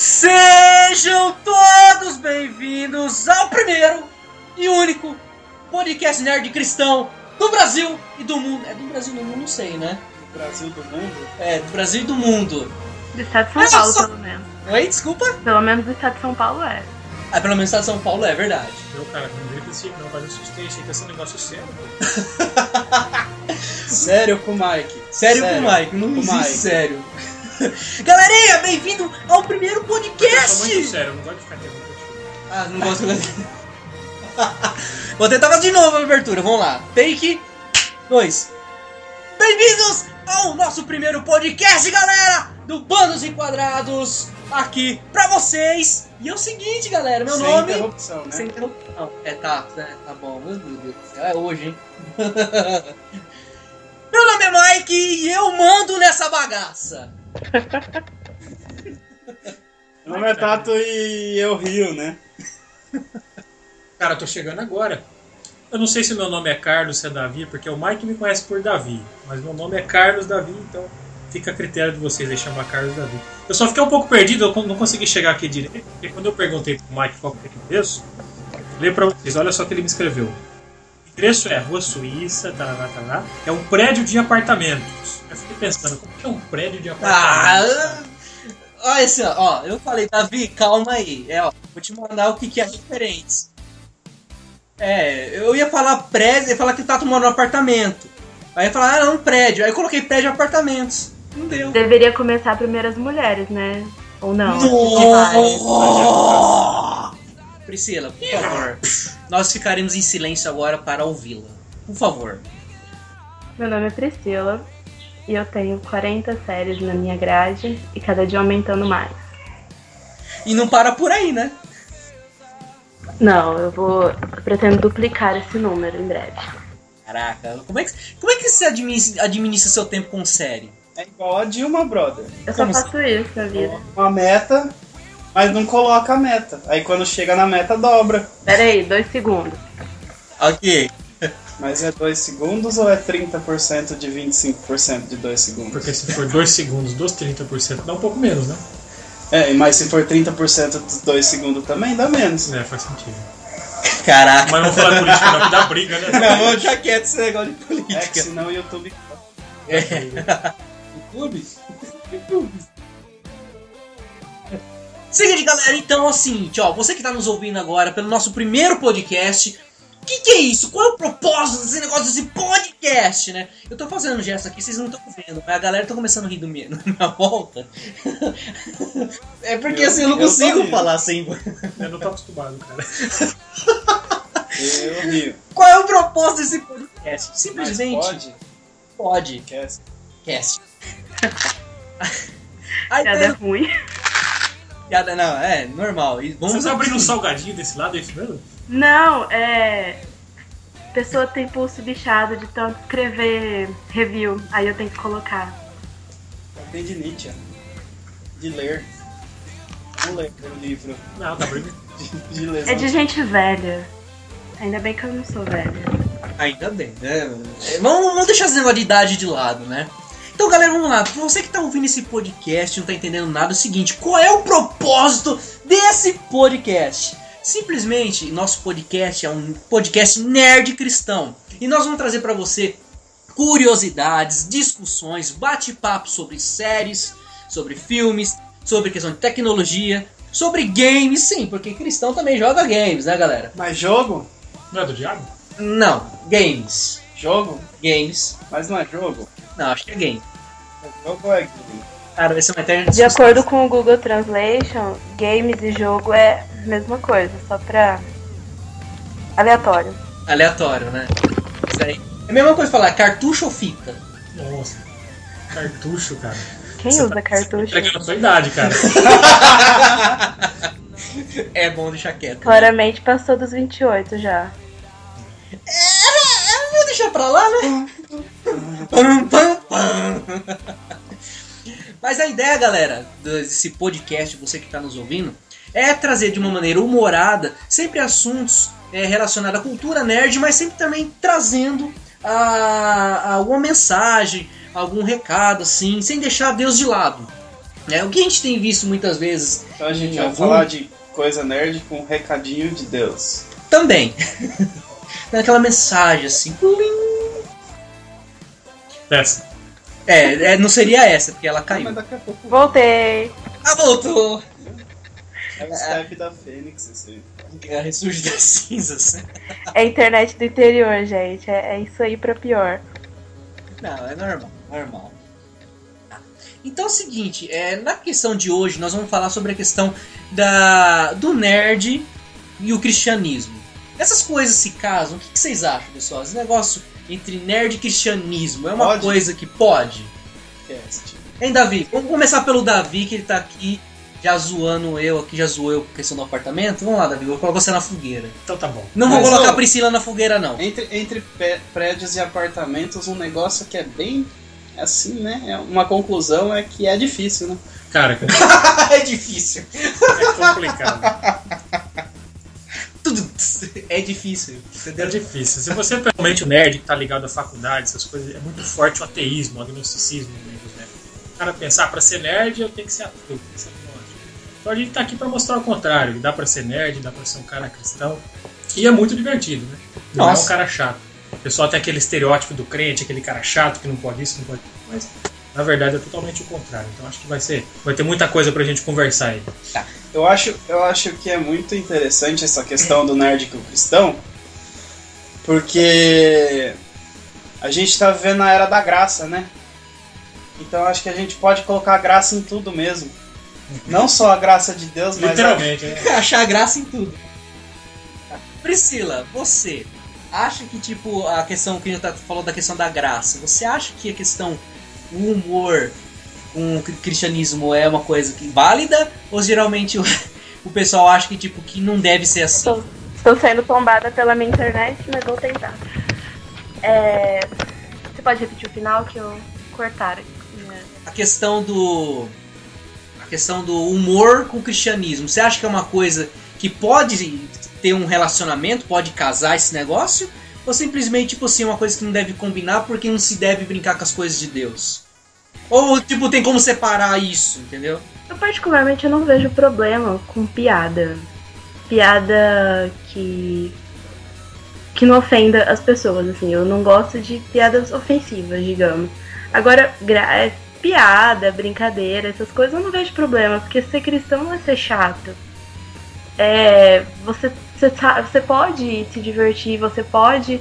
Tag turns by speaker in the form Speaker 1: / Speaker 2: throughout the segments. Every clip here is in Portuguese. Speaker 1: Sejam todos bem-vindos ao primeiro e único podcast nerd cristão do Brasil e do mundo. É do Brasil e do mundo, não sei, né?
Speaker 2: Brasil do mundo?
Speaker 1: É, do Brasil e do mundo.
Speaker 3: Do estado de São
Speaker 1: Olha
Speaker 3: Paulo,
Speaker 1: só.
Speaker 3: pelo menos.
Speaker 1: Oi, desculpa?
Speaker 3: Pelo menos do estado de São Paulo é.
Speaker 1: Ah, pelo menos o estado de São Paulo é verdade.
Speaker 2: Meu cara, não grita assim, não, mas eu assustei, achei que ia ser um negócio sério.
Speaker 4: Sério com o Mike.
Speaker 1: Sério, com o Mike, não
Speaker 4: com o
Speaker 1: existe
Speaker 4: Mike.
Speaker 1: sério. Galerinha, bem-vindo ao primeiro
Speaker 2: Eu sou muito
Speaker 1: podcast!
Speaker 2: é sério, eu não gosto de ficar tendo
Speaker 1: Ah, não gosto Vou tentar fazer de novo a abertura, vamos lá. Take 2. Bem-vindos ao nosso primeiro podcast, galera, do Bandos Enquadrados, aqui pra vocês. E é o seguinte, galera, meu
Speaker 4: Sem
Speaker 1: nome...
Speaker 4: interrupção, né?
Speaker 1: Sem interrupção. É, tá, né, tá bom. Meu Deus do céu, é hoje, hein? Meu nome é Mike e eu mando nessa bagaça.
Speaker 4: Meu nome é Tato e eu rio, né?
Speaker 2: Cara, eu tô chegando agora. Eu não sei se meu nome é Carlos, se é Davi, porque o Mike me conhece por Davi. Mas meu nome é Carlos Davi, então fica a critério de vocês aí chamar Carlos Davi. Eu só fiquei um pouco perdido, eu não consegui chegar aqui direito, porque quando eu perguntei pro Mike qual que era o endereço, eu falei pra vocês, olha só o que ele me escreveu. O endereço é Rua Suíça, tá lá, tá lá. É um prédio de apartamentos. Eu fiquei pensando, como que é um prédio de
Speaker 1: Ah,
Speaker 2: apartamentos?
Speaker 1: olha esse, ó, ó, eu falei, Davi, calma aí. É, ó, vou te mandar o que, que é referente. É, eu ia falar prédio, ia falar que o Tato mora no um apartamento. Aí ia falar, ah, não, prédio. Aí eu coloquei prédio e apartamentos. Não deu.
Speaker 3: Deveria começar primeiro as mulheres, né? Ou não? Assim
Speaker 1: Nossa! Priscila, por favor. Nós ficaremos em silêncio agora para ouvi-la. Por favor.
Speaker 3: Meu nome é Priscila e eu tenho 40 séries na minha grade e cada dia aumentando mais.
Speaker 1: E não para por aí, né?
Speaker 3: Não, eu vou. Eu pretendo duplicar esse número em breve.
Speaker 1: Caraca, como é que, como é que você adminis- administra seu tempo com série?
Speaker 4: É igual a Dilma, brother.
Speaker 3: Eu só
Speaker 1: Como
Speaker 3: faço isso na vida.
Speaker 4: Uma meta, mas não coloca a meta. Aí quando chega na meta, dobra.
Speaker 3: Pera aí, dois segundos.
Speaker 1: Ok.
Speaker 4: Mas é 2 segundos ou é 30% de 25% de 2 segundos?
Speaker 2: Porque se for 2 segundos, dos 30%, dá um pouco menos, né?
Speaker 4: É, mas se for 30% dos 2 segundos também, dá menos.
Speaker 2: É, faz sentido.
Speaker 1: Caraca.
Speaker 2: Mas não vou falar política não, que dá briga, né?
Speaker 1: Não, já quieto tá esse negócio de
Speaker 4: É que
Speaker 1: política.
Speaker 4: senão o YouTube.
Speaker 1: clube? Seguinte, galera, então é o seguinte, ó, você que tá nos ouvindo agora pelo nosso primeiro podcast, o que, que é isso? Qual é o propósito desse negócio desse podcast, né? Eu tô fazendo um gesto aqui, vocês não estão vendo, mas a galera tá começando a rir do minha, na minha volta. É porque
Speaker 4: Eu-
Speaker 1: assim eu não
Speaker 4: eu tô
Speaker 1: consigo
Speaker 4: rindo.
Speaker 1: falar sem.
Speaker 2: Eu não tô acostumado, cara.
Speaker 4: Eu rio.
Speaker 1: Qual é o propósito desse podcast?
Speaker 4: Mas
Speaker 1: Simplesmente
Speaker 4: pode?
Speaker 1: pode.
Speaker 4: Quer-
Speaker 1: Cast. Aí
Speaker 3: Cada é ruim.
Speaker 1: Piada não, é normal. E vamos
Speaker 2: Você tá abrindo um
Speaker 1: abrir
Speaker 2: salgadinho desse lado, é isso mesmo?
Speaker 3: Não, é. Pessoa tem pulso bichado de tanto escrever review. Aí eu tenho que colocar.
Speaker 4: Tem de Nietzsche. De ler. Não ler o livro.
Speaker 2: Não, tá abrindo.
Speaker 4: De ler. né?
Speaker 3: É de gente velha. Ainda bem que eu não sou velha.
Speaker 1: Ainda bem, né? É, Vamos, vamos deixar esse negócio de idade de lado, né? Então, galera, vamos lá. Pra você que tá ouvindo esse podcast e não tá entendendo nada, é o seguinte: qual é o propósito desse podcast? Simplesmente, nosso podcast é um podcast nerd cristão. E nós vamos trazer pra você curiosidades, discussões, bate-papo sobre séries, sobre filmes, sobre questão de tecnologia, sobre games, sim, porque cristão também joga games, né, galera?
Speaker 4: Mas jogo?
Speaker 2: Não é do diabo?
Speaker 1: Não, games.
Speaker 4: Jogo?
Speaker 1: Games.
Speaker 4: Mas não é jogo?
Speaker 1: Não, acho que é game.
Speaker 4: É jogo é game.
Speaker 1: Cara, é vai ser uma eterna
Speaker 3: De
Speaker 1: discussão.
Speaker 3: acordo com o Google Translation, games e jogo é a mesma coisa, só pra. aleatório.
Speaker 1: Aleatório, né? Isso aí. É a mesma coisa falar cartucho ou fita.
Speaker 2: Nossa. Cartucho, cara.
Speaker 3: Quem
Speaker 2: Você
Speaker 3: usa
Speaker 2: tá-
Speaker 3: cartucho?
Speaker 2: Entregando a sua idade, cara.
Speaker 1: É bom deixar quieto. né?
Speaker 3: Claramente passou dos 28 já.
Speaker 1: É, vou deixar pra lá, né? Pam, pam, pam. Mas a ideia, galera, desse podcast, você que tá nos ouvindo, é trazer de uma maneira humorada sempre assuntos é, relacionados à cultura nerd, mas sempre também trazendo a, alguma mensagem, algum recado, assim, sem deixar Deus de lado. É, o que a gente tem visto muitas vezes
Speaker 4: Então a gente
Speaker 1: Em
Speaker 4: vai
Speaker 1: algum-
Speaker 4: falar de coisa nerd com um recadinho de Deus.
Speaker 1: também. Naquela mensagem assim. plim.
Speaker 2: Dessa.
Speaker 1: É, é, não seria essa, porque ela caiu.
Speaker 4: Mas daqui a pouco
Speaker 3: Voltei.
Speaker 1: Ah, voltou!
Speaker 4: é o step da Fênix, isso aí.
Speaker 1: Ela ressurge das cinzas.
Speaker 3: É internet do interior, gente. É, é isso aí pra pior.
Speaker 1: Não, é normal, normal. Tá. Então é o seguinte, é, na questão de hoje nós vamos falar sobre a questão da, do nerd e o cristianismo. Essas coisas se casam, o que, que vocês acham, pessoal? Esse negócio entre nerd e cristianismo é uma
Speaker 4: Pode?
Speaker 1: coisa que pode?
Speaker 4: Cast.
Speaker 1: Hein, Davi? Vamos começar pelo Davi, que ele tá aqui já zoando eu, aqui já zoou eu com a questão do apartamento. Vamos lá, Davi, eu coloco você na fogueira.
Speaker 2: Então tá bom.
Speaker 1: Não vou
Speaker 4: Mas,
Speaker 1: colocar
Speaker 4: ô,
Speaker 1: a Priscila na fogueira, não.
Speaker 4: Entre, entre pé- prédios e apartamentos, um negócio que é bem assim, né? É Uma conclusão é que é difícil, né?
Speaker 2: Cara,
Speaker 4: Ah,
Speaker 1: é difícil.
Speaker 2: é complicado.
Speaker 1: Tudo é difícil, entendeu? Tipo,
Speaker 2: É difícil. Se você é realmente um nerd que tá ligado à faculdade, essas coisas, é muito forte o ateísmo, o agnosticismo no meio dos nerds. O cara pensar, "Ah, pra ser nerd eu tenho que ser ateu. tem que ser agnóstico. Então a gente tá aqui pra mostrar o contrário. Dá pra ser nerd, dá pra ser um cara cristão. E é muito divertido, né? Não é um
Speaker 1: Nossa.
Speaker 2: cara chato. O pessoal tem aquele estereótipo do crente, aquele cara chato que não pode isso, não pode aquilo. Mas na verdade é totalmente o contrário. Então acho que vai ser. Vai ter muita coisa pra gente conversar aí.
Speaker 4: Eu acho, eu acho que é muito interessante essa questão do nerd com o cristão, porque a gente tá vivendo a era da graça, né? Então acho que a gente pode colocar graça em tudo mesmo. Não só a graça de Deus, mas a,
Speaker 2: Literalmente,
Speaker 1: é,
Speaker 2: né?
Speaker 1: achar graça em tudo. Priscila, você acha que tipo a questão que a gente tá- falou da questão da graça, você acha que a questão o humor com o cri- cristianismo é uma coisa que válida ou geralmente o, o pessoal acha que tipo que não deve ser assim?
Speaker 3: Estou, estou sendo tombada pela minha internet, mas vou tentar. É, Você pode repetir o final que eu cortaram. né?
Speaker 1: A questão do a questão do humor com o cristianismo, você acha que é uma coisa que pode ter um relacionamento, pode casar esse negócio? Ou simplesmente, tipo assim, uma coisa que não deve combinar porque não se deve brincar com as coisas de Deus? Ou, tipo, tem como separar isso, entendeu?
Speaker 3: Eu particularmente não vejo problema com piada. Piada que que não ofenda as pessoas, assim. Eu não gosto de piadas ofensivas, digamos. Agora, gra- é, piada, brincadeira, essas coisas eu não vejo problema, porque ser cristão não é ser chato. É, você, você, sa- você pode se divertir, você pode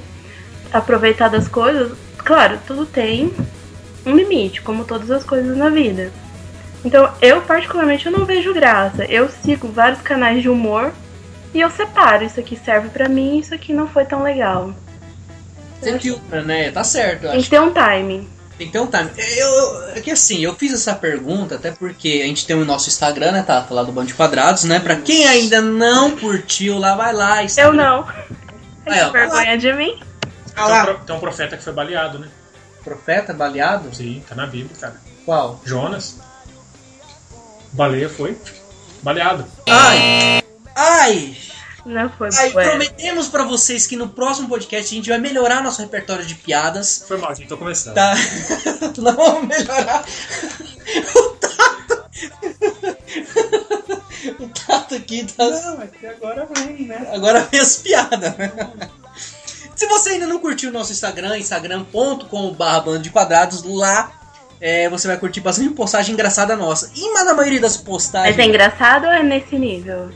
Speaker 3: aproveitar das coisas. Claro, tudo tem um limite, como todas as coisas na vida. Então, eu particularmente eu não vejo graça. Eu sigo vários canais de humor e eu separo isso aqui serve pra mim, isso aqui não foi tão legal.
Speaker 1: Tem que outra, né? Tá certo, eu
Speaker 3: Tem
Speaker 1: acho.
Speaker 3: que ter um timing.
Speaker 1: Então tá, eu, eu- é que assim, eu fiz essa pergunta até porque a gente tem o nosso Instagram, né, Tata, lá do Bando de Quadrados, né? Pra quem ainda não curtiu, lá vai lá.
Speaker 3: Eu
Speaker 1: Instagram.
Speaker 3: não.
Speaker 1: Aí, ó.
Speaker 3: Tem vergonha de mim?
Speaker 1: Ah
Speaker 2: Tem um
Speaker 1: lá.
Speaker 2: pro- Tem um profeta que foi baleado, né?
Speaker 1: Profeta, baleado?
Speaker 2: Sim, tá na Bíblia, cara.
Speaker 1: Qual?
Speaker 2: Jonas. Baleia foi. Baleado.
Speaker 1: Ai! Ai!
Speaker 3: Não foi
Speaker 1: Ai,
Speaker 3: bué.
Speaker 1: prometemos pra vocês que no próximo podcast a gente vai melhorar nosso repertório de piadas.
Speaker 2: Foi mal, gente. Tô começando.
Speaker 1: Tá? Não vamos melhorar. O Tato. O Tato aqui tá.
Speaker 4: Não, é que agora vem, né?
Speaker 1: Agora vem as piadas, né? Se você ainda não curtiu o nosso Instagram, instagram.com.br bando de quadrados, lá é, você vai curtir bastante postagem engraçada nossa. E mas na maioria das postagens.
Speaker 3: Mas é engraçado ou é nesse nível?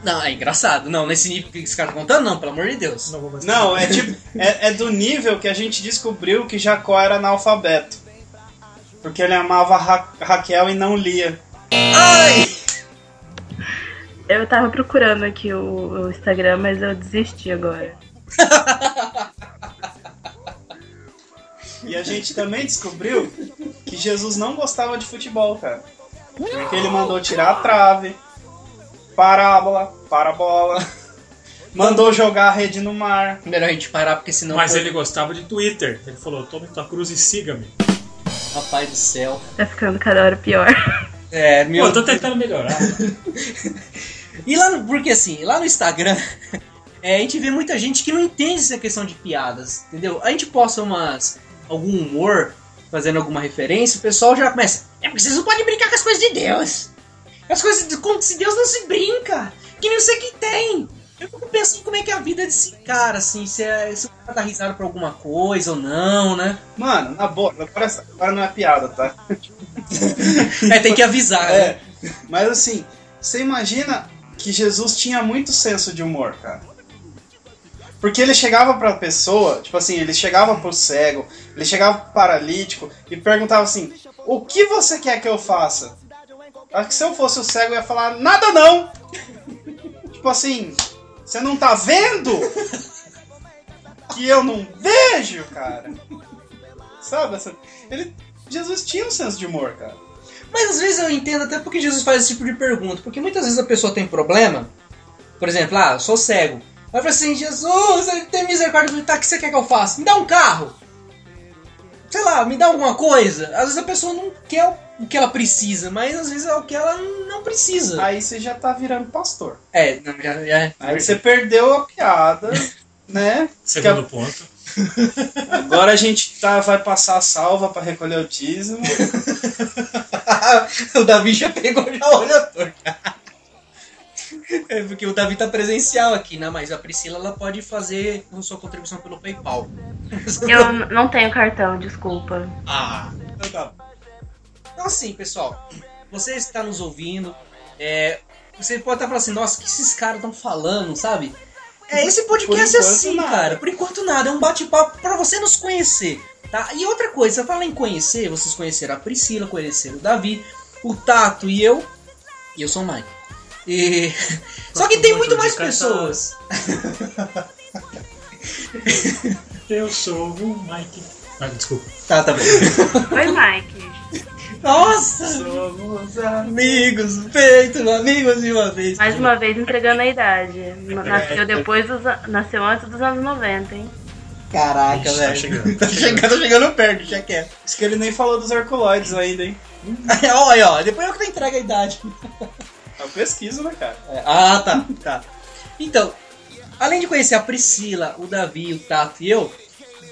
Speaker 1: Não, é engraçado. Não, nesse nível que esse cara tá contando, não, pelo amor de Deus.
Speaker 2: Não vou mais.
Speaker 4: Não, é tipo. É, é do nível que a gente descobriu que Jacó era analfabeto. Porque ele amava Ra- Raquel e não lia.
Speaker 1: Ai!
Speaker 3: Eu tava procurando aqui o, o Instagram, mas eu desisti agora.
Speaker 4: E a gente também descobriu que Jesus não gostava de futebol, cara. Porque ele mandou tirar a trave, parábola, parabola, mandou jogar a rede no mar.
Speaker 1: Melhor a gente parar, porque senão.
Speaker 2: Mas
Speaker 1: pô,
Speaker 2: ele gostava de Twitter. Ele falou: tome tua cruz e siga-me.
Speaker 1: Rapaz do céu.
Speaker 3: Tá ficando cada hora pior.
Speaker 1: É,
Speaker 2: Pô, eu tô tentando melhorar.
Speaker 1: E lá no. Porque assim, lá no Instagram. é, a gente vê muita gente que não entende essa questão de piadas, entendeu? A gente posta umas. algum humor, fazendo alguma referência, o pessoal já começa. É porque vocês não podem brincar com as coisas de Deus. As coisas de, com se Deus não se brinca. Que nem você que tem. Eu fico pensando como é que é a vida desse cara, assim, se, é, se o cara dá risada pra alguma coisa ou não, né?
Speaker 4: Mano, na boa, agora, agora não é piada, tá?
Speaker 1: É, tem que avisar, né?
Speaker 4: É. Mas assim, você imagina que Jesus tinha muito senso de humor, cara. Porque ele chegava pra pessoa, tipo assim, ele chegava pro cego, ele chegava pro paralítico e perguntava assim: O que você quer que eu faça? Acho que se eu fosse o cego eu ia falar: Nada não! tipo assim, você não tá vendo? que eu não vejo, cara. Sabe? essa- Ele, Jesus tinha um senso de humor, cara.
Speaker 1: Mas às vezes eu entendo até porque Jesus faz esse tipo de pergunta. Porque muitas vezes a pessoa tem problema. Por exemplo, ah, eu sou cego. Ela fala assim, Jesus, tem misericórdia de mim, tá, o que você quer que eu faça? Me dá um carro. Sei lá, me dá alguma coisa. Às vezes a pessoa não quer o- o que ela precisa, mas às vezes é o que ela não precisa.
Speaker 4: Aí você já tá virando pastor.
Speaker 1: É, não, já, já-
Speaker 4: Aí você perdeu a piada, né?
Speaker 2: Segundo ponto.
Speaker 4: Agora a gente tá, vai passar a salva pra recolher o dízimo.
Speaker 1: o Davi já pegou já olha ator. É porque o Davi tá presencial aqui, né? Mas a Priscila ela pode fazer com sua contribuição pelo PayPal.
Speaker 3: Eu n- não tenho cartão, desculpa.
Speaker 1: Ah. Então assim, pessoal, você está nos ouvindo, é, você pode estar falando assim, nossa, o que esses caras estão falando, sabe? É, esse
Speaker 4: Por
Speaker 1: podcast é
Speaker 4: enquanto,
Speaker 1: assim,
Speaker 4: nada.
Speaker 1: cara. Por enquanto nada, é um bate-papo pra você nos conhecer, tá? E outra coisa, fala em conhecer, vocês conheceram a Priscila, conheceram o Davi, o Tato e eu, e eu sou o Mike. E- Só que tem muito mais pessoas.
Speaker 2: Eu sou o Mike. Ah, desculpa.
Speaker 1: Tá, tá bem.
Speaker 3: Oi, Mike.
Speaker 1: Nossa!
Speaker 4: Somos
Speaker 1: Amigos, feito, amigos de uma vez.
Speaker 3: Mais uma vez entregando a idade.
Speaker 2: É.
Speaker 3: Nasceu depois dos an- Nasceu antes dos anos 90, hein?
Speaker 1: Caraca,
Speaker 2: Ixi, tá
Speaker 1: velho.
Speaker 2: chegando,
Speaker 1: Tá chegando, tá chegando perto, já quer.
Speaker 4: Acho que ele nem falou dos Herculoides ainda, hein?
Speaker 1: É, Olha aí, ó. Depois eu que entrega a idade.
Speaker 4: É uma pesquisa, né, cara?
Speaker 1: Ah, tá, tá. Então, além de conhecer a Priscila, o Davi, o Tato e eu,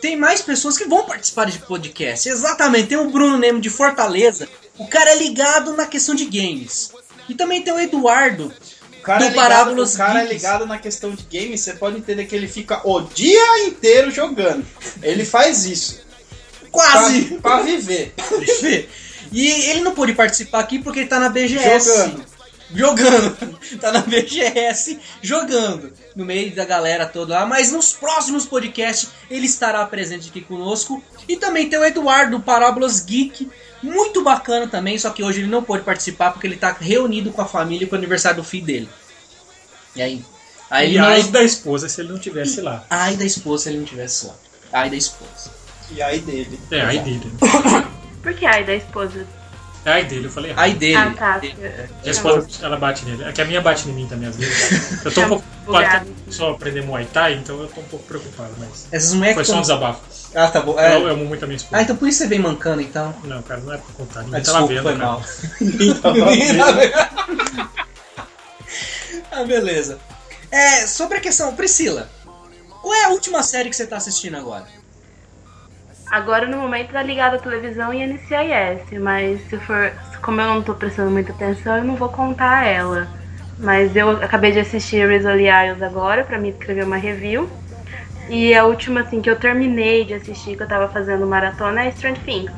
Speaker 1: tem mais pessoas que vão participar de podcast. Exatamente, tem o Bruno Nemo de Fortaleza. O cara é ligado na questão de games. E também tem o Eduardo.
Speaker 4: O cara,
Speaker 1: Do
Speaker 4: é ligado,
Speaker 1: Parábolas
Speaker 4: o cara é
Speaker 1: Geeks.
Speaker 4: ligado na questão de game, você pode entender que ele fica o dia inteiro jogando. Ele faz isso.
Speaker 1: Quase!
Speaker 4: Pra, pra viver.
Speaker 1: E ele não pôde participar aqui porque ele tá na BGS.
Speaker 4: Jogando.
Speaker 1: jogando. Tá na BGS jogando. No meio da galera toda lá. Mas nos próximos podcasts ele estará presente aqui conosco. E também tem o Eduardo, do Parábolas Geek. Muito bacana também, só que hoje ele não pôde participar porque ele tá reunido com a família pro aniversário do filho dele. E aí? Aí
Speaker 2: E
Speaker 1: ele não-
Speaker 2: mais da esposa se ele não tivesse lá.
Speaker 1: Ai da esposa se ele não tivesse lá. Ai da esposa.
Speaker 4: E aí dele.
Speaker 2: É, ai dele.
Speaker 3: Por que ai da esposa?
Speaker 2: É ai dele, eu falei errado.
Speaker 1: Ai dele.
Speaker 3: Ah, tá.
Speaker 2: Minha esposa, ela bate nele. É que a minha bate em mim também, às vezes. Eu tô um pouco preocupado que eu só aprender Muay Thai, então eu tô um pouco preocupado, mas...
Speaker 1: Essas mulheres
Speaker 2: Foi
Speaker 1: É que
Speaker 2: só um
Speaker 1: tão-
Speaker 2: desabafo.
Speaker 1: Ah, tá bom. É.
Speaker 2: Eu amo muito a minha
Speaker 1: Ah,
Speaker 2: esposa.
Speaker 1: então por isso você vem mancando então.
Speaker 2: Não, cara, não é pra contar.
Speaker 1: Ah,
Speaker 2: Ninguém tá lá
Speaker 1: desculpa,
Speaker 2: vendo, Tá
Speaker 1: foi
Speaker 2: cara.
Speaker 1: mal. tá ah, beleza. É, sobre a questão, Priscila, qual é a última série que você tá assistindo agora?
Speaker 3: Agora no momento tá ligado à televisão e NCIS, mas se for. Como eu não tô prestando muita atenção, eu não vou contar ela. Mas eu acabei de assistir Rizzoli Isles agora pra me escrever uma review. E a última, assim, que eu terminei de assistir, que eu tava fazendo maratona, é Strange Things.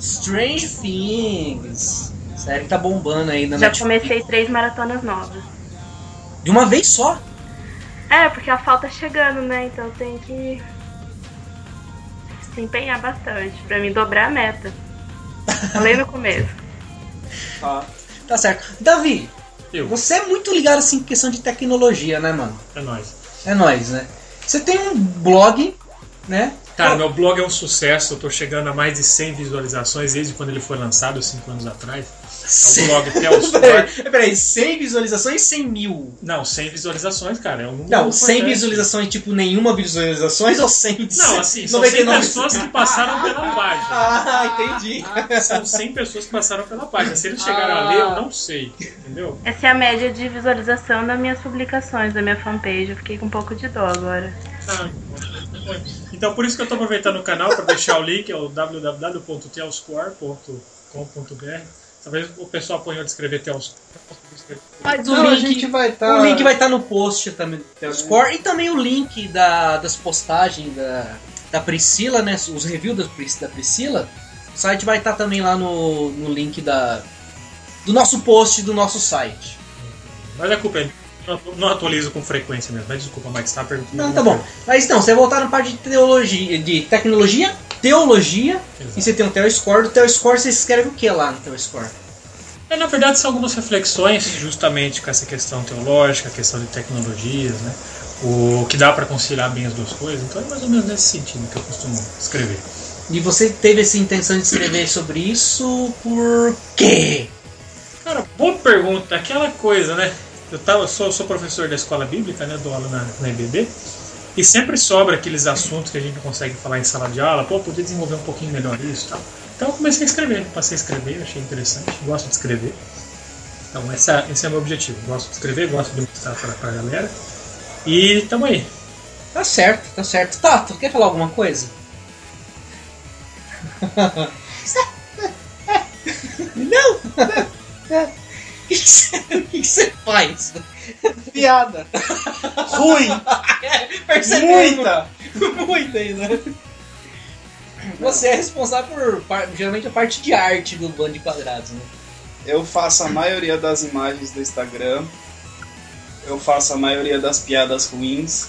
Speaker 1: Strange Things. Série que tá bombando aí na
Speaker 3: Já
Speaker 1: Netflix.
Speaker 3: comecei três maratonas novas.
Speaker 1: De uma vez só?
Speaker 3: É, porque a falta chegando, né? Então tem que se empenhar bastante pra mim dobrar a meta. Falei no começo.
Speaker 4: Tá.
Speaker 1: Tá certo. Davi,
Speaker 2: Eu,
Speaker 1: você é muito ligado assim em questão de tecnologia, né, mano?
Speaker 2: é nóis.
Speaker 1: É nóis, né? Você tem um blog, né?
Speaker 2: Cara, meu blog é um sucesso. Eu tô chegando a mais de 100 visualizações desde quando ele foi lançado, 5 anos atrás. É o blog Telstar.
Speaker 1: Peraí, peraí, 100 visualizações, 100 mil.
Speaker 2: Não, 100 visualizações, cara. É um número
Speaker 1: Não, 100
Speaker 2: fantástico.
Speaker 1: visualizações, tipo, nenhuma visualizações ou 100?
Speaker 2: Não, assim, são 100 pessoas que passaram pela página.
Speaker 1: Ah, entendi.
Speaker 2: São 100 pessoas que passaram pela página. Se eles chegaram a ler, eu não sei. Entendeu?
Speaker 3: Essa é a média de visualização das minhas publicações, da minha fanpage. Eu fiquei com um pouco de dó agora.
Speaker 2: Ah, Então, por isso que eu tô aproveitando o canal pra deixar o link, é o www.telscore.com.br www.teosofcast.com.br. Talvez o pessoal apanhou de escrever Teos.
Speaker 1: Mas o
Speaker 4: Não, a
Speaker 1: link,
Speaker 4: gente vai tá estar.
Speaker 1: o link vai estar no post também do Tales Core e também o link da, das postagens da, da Priscila, né? Os reviews da, Pris- da Priscila. O site vai estar também lá no, no link da, do nosso post do nosso site.
Speaker 2: Mas a culpa é. não atu- Não atualizo com frequência mesmo. Mas desculpa, Mike, você tá perguntando.
Speaker 1: Não, tá
Speaker 2: alguma
Speaker 1: bom. Mas não, você vai voltar na parte de teologia, de tecnologia, teologia,
Speaker 2: coisa. Exato.
Speaker 1: e você tem o Telescore. Do Telescore você escreve o que lá no Telescore?
Speaker 2: É, na verdade, são algumas reflexões justamente com essa questão teológica, a questão de tecnologias, né? O que dá para conciliar bem as duas coisas. Então é mais ou menos nesse sentido que eu costumo escrever.
Speaker 1: E você teve essa intenção de escrever sobre isso por quê?
Speaker 2: Cara, boa pergunta. Aquela coisa, né? Eu tava, sou, sou professor da escola bíblica, né? Dou aula na, na EBD. E sempre sobra aqueles assuntos que a gente não consegue falar em sala de aula. Pô, podia desenvolver um pouquinho melhor isso e tal. Então eu comecei a escrever. Passei a escrever, achei interessante. Gosto de escrever. Então essa, esse é o meu objetivo. Gosto de escrever, gosto de mostrar pra, pra galera. E tamo aí.
Speaker 1: Tá certo, tá certo. Tato, quer falar alguma coisa? não! O que que você faz?
Speaker 4: Piada. tá Ruim.
Speaker 1: Percebendo
Speaker 4: Muita. né?
Speaker 1: Muito ainda. Você é responsável por par- geralmente a parte de arte do bando de quadrados, né?
Speaker 4: Eu faço a maioria das imagens do Instagram. Eu faço a maioria das piadas ruins.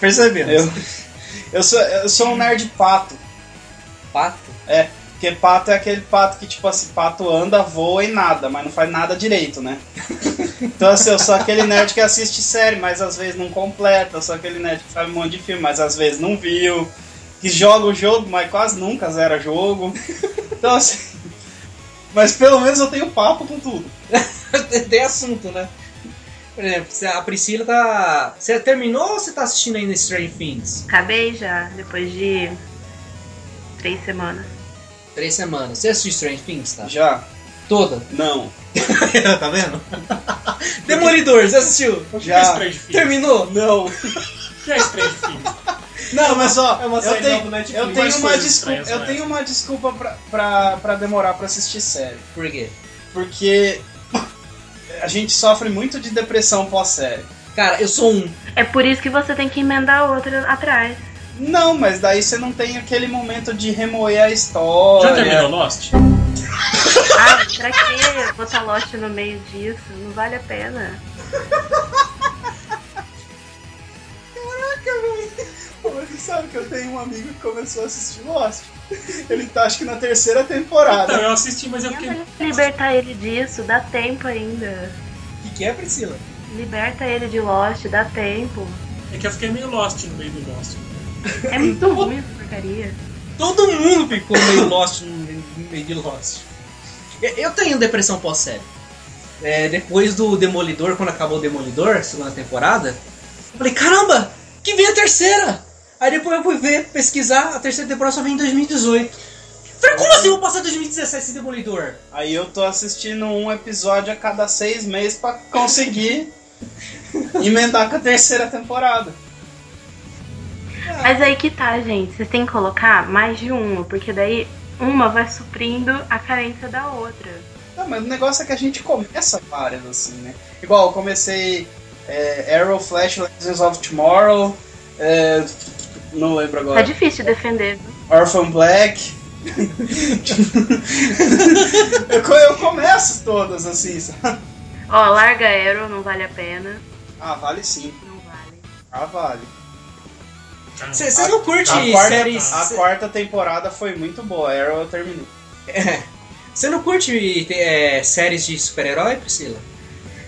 Speaker 1: Percebendo.
Speaker 4: Eu, eu, sou, eu sou um nerd pato.
Speaker 1: Pato.
Speaker 4: Porque pato é aquele pato que, tipo assim, pato anda, voa e nada, mas não faz nada direito, né? Então, assim, eu sou aquele nerd que assiste série, mas às vezes não completa. Eu sou aquele nerd que sabe um monte de filme, mas às vezes não viu. Que joga o jogo, mas quase nunca zera jogo. Então, assim. Mas pelo menos eu tenho papo com tudo.
Speaker 1: Tem assunto, né? Por exemplo, você- a Priscila tá. Você terminou ou você tá assistindo ainda Strange Things?
Speaker 3: Acabei já, depois de três semanas.
Speaker 1: Três semanas. Você assistiu Strange Things, tá?
Speaker 4: Já?
Speaker 1: Toda.
Speaker 4: Não. É,
Speaker 1: tá vendo? Demolidor, você assistiu?
Speaker 2: O que
Speaker 4: Já.
Speaker 2: é Strange Filho?
Speaker 1: Terminou?
Speaker 4: Não.
Speaker 2: O que é Strange Filho?
Speaker 4: Não, mas ó,
Speaker 2: É uma
Speaker 4: eu
Speaker 2: série
Speaker 4: tenho,
Speaker 2: nova do Netflix.
Speaker 4: eu tenho
Speaker 2: Faz
Speaker 4: uma
Speaker 2: coisas
Speaker 4: desculpa,
Speaker 2: estranhas,
Speaker 4: eu
Speaker 2: né?
Speaker 4: tenho uma desculpa pra, pra, pra demorar pra assistir série.
Speaker 1: Por quê?
Speaker 4: Porque a gente sofre muito de depressão pós-série.
Speaker 1: Cara, eu sou um.
Speaker 3: É por isso que você tem que emendar outra atrás.
Speaker 4: Não, mas daí você não tem aquele momento de remoer a
Speaker 2: Já
Speaker 4: história.
Speaker 2: terminou Lost?
Speaker 3: Ah, pra que botar Lost no meio disso? Não vale a pena.
Speaker 4: Você sabe que eu tenho um amigo que começou a assistir Lost. Ele tá acho que na terceira temporada.
Speaker 2: Então, eu assisti, mas eu fiquei.
Speaker 3: Tenta libertar ele disso, dá tempo ainda.
Speaker 1: O que, que é, Priscila?
Speaker 3: Liberta ele de Lost, dá tempo.
Speaker 2: É que eu fiquei meio Lost no meio do Lost.
Speaker 3: É muito ruim essa porcaria.
Speaker 1: Todo mundo ficou meio lost no no meio de lost. Eu- Eu tenho depressão pós-série. É, depois do Demolidor, quando acabou o Demolidor, a segunda temporada, eu falei, caramba, que vem a terceira! Aí depois eu fui ver, pesquisar, a terceira temporada só vem em 2018. Falei, como assim eu vou passar 2017 sem Demolidor?
Speaker 4: Aí eu tô assistindo um episódio a cada seis meses pra conseguir emendar com a terceira temporada.
Speaker 3: Mas aí que tá, gente. Vocês têm que colocar mais de uma, porque daí uma vai suprindo a carência da outra.
Speaker 4: Não, mas o negócio é que a gente começa várias, assim, né? Igual, eu comecei é, Arrow, Flash, Legends of Tomorrow, é, não lembro
Speaker 3: Tá
Speaker 4: agora,
Speaker 3: difícil de defender. viu?
Speaker 4: Orphan Black. eu, co- eu começo todas, assim, sabe?
Speaker 3: Ó, larga Arrow, não vale a pena.
Speaker 4: Ah, vale sim.
Speaker 3: Não vale.
Speaker 4: Ah, vale.
Speaker 2: Cara,
Speaker 1: Vocês não curte
Speaker 4: A quarta,
Speaker 1: séries.
Speaker 4: a quarta temporada foi muito boa, Arrow eu terminei.
Speaker 1: Você não curte é, séries de super-herói, Priscila?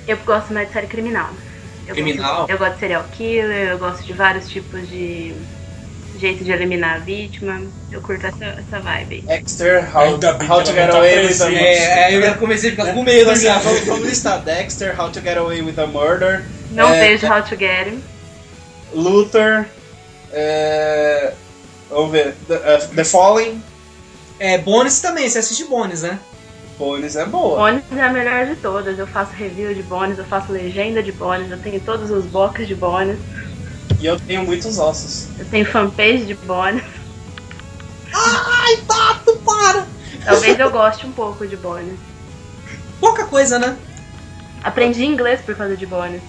Speaker 3: Eu gosto mais de série criminal. Eu
Speaker 1: Criminal?
Speaker 3: Gosto, eu gosto de serial killer, eu gosto de vários tipos de jeito de eliminar a vítima. Eu curto essa, essa vibe.
Speaker 4: Dexter, How,
Speaker 2: Ainda bem
Speaker 4: how
Speaker 2: que
Speaker 4: to
Speaker 2: ela
Speaker 4: Get
Speaker 2: não tá
Speaker 4: Away with
Speaker 2: presente.
Speaker 4: a Murder.
Speaker 1: É, eu comecei a ficar com medo assim. ah,
Speaker 4: Vamos vamos listar Dexter, How to Get Away with a Murder,
Speaker 3: Não
Speaker 4: É,
Speaker 3: vejo How to Get Him.
Speaker 4: Luther, é... vamos ver, The, uh, The Fallen,
Speaker 1: É, Bones também, você assiste Bones, né?
Speaker 4: Bones é boa.
Speaker 3: Bones é a melhor de todas. Eu faço review de Bones, eu faço legenda de Bones, eu tenho todos os box de Bones,
Speaker 4: E eu tenho muitos ossos.
Speaker 3: eu tenho fanpage de Bones.
Speaker 1: Ai, Tato, para!
Speaker 3: Talvez eu goste um pouco de Bones.
Speaker 1: Pouca coisa, né?
Speaker 3: Aprendi inglês por causa de Bones.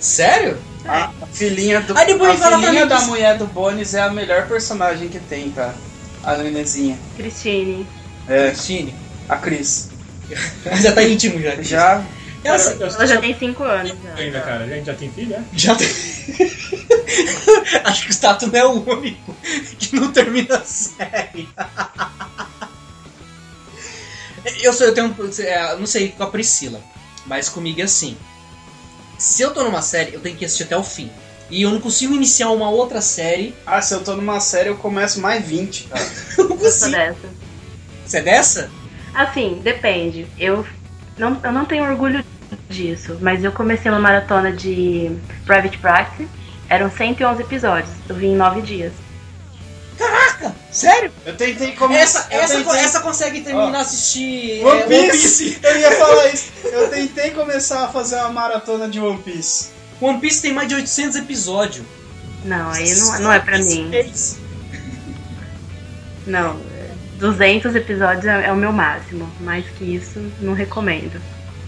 Speaker 1: Sério?
Speaker 4: A filhinha do
Speaker 1: Aí depois
Speaker 4: a
Speaker 1: fala pra
Speaker 4: filhinha
Speaker 1: mim
Speaker 4: da
Speaker 1: que-
Speaker 4: mulher do Bones é a melhor personagem que tem, tá? A nenezinha.
Speaker 3: Christine.
Speaker 4: É,
Speaker 1: Cine.
Speaker 4: a Cris.
Speaker 1: Já tá íntimo já.
Speaker 4: Já
Speaker 1: Ela,
Speaker 2: Cara, eu
Speaker 3: Ela
Speaker 2: sou
Speaker 3: já tem 5 anos. já.
Speaker 2: ainda, cara. A gente já tem filho, é?
Speaker 1: já tem... Acho que o Status é o único que não termina a série. eu sou, eu tenho, um- é, não sei com a Priscila, mas comigo é assim. Se eu tô numa série, eu tenho que assistir até o fim. E eu não consigo iniciar uma outra série.
Speaker 4: Ah, se eu tô numa série, eu começo mais 20, cara.
Speaker 1: Eu não
Speaker 3: Eu sou
Speaker 1: consigo.
Speaker 3: dessa.
Speaker 1: Você é dessa?
Speaker 3: Assim, depende. Eu não, eu não tenho orgulho disso, mas eu comecei uma maratona de Private Practice. Eram 111 episódios. Eu vi em 9 dias.
Speaker 1: Sério?
Speaker 4: Eu tentei começar.
Speaker 1: Essa, essa,
Speaker 4: tentei...
Speaker 1: essa consegue terminar assistir é,
Speaker 4: One Piece! Eu ia falar isso. Eu tentei começar a fazer uma maratona de One Piece.
Speaker 1: One Piece tem mais de 800 episódios.
Speaker 3: Não, aí não, não é pra mim. Não. é, 200 episódios é, é o meu máximo. Mais que isso, não recomendo.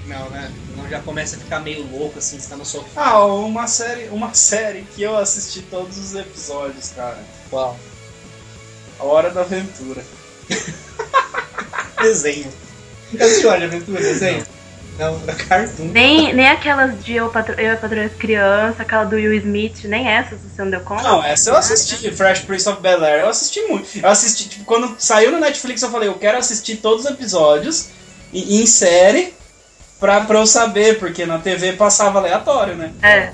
Speaker 1: Não, né? Não já começa a ficar meio louco assim, você tá no sofá.
Speaker 4: Ah, uma série, uma série que eu assisti todos os episódios, cara.
Speaker 1: Qual?
Speaker 4: A Hora da Aventura.
Speaker 1: Desenho. é
Speaker 4: Já assistiu Hora da Aventura, desenho?
Speaker 1: Não, da Cartoon.
Speaker 3: Nem, nem aquelas de Eu, Patro... eu e a Patroa Criança, aquela do Will Smith, nem essas você não deu conta?
Speaker 4: Ah, Não, essa eu assisti, Fresh Prince of Bel Air. Eu assisti muito. Eu assisti, tipo, quando saiu no Netflix, eu falei, eu quero assistir todos os episódios e, em série pra, pra eu saber, porque na TV passava aleatório, né?
Speaker 3: É.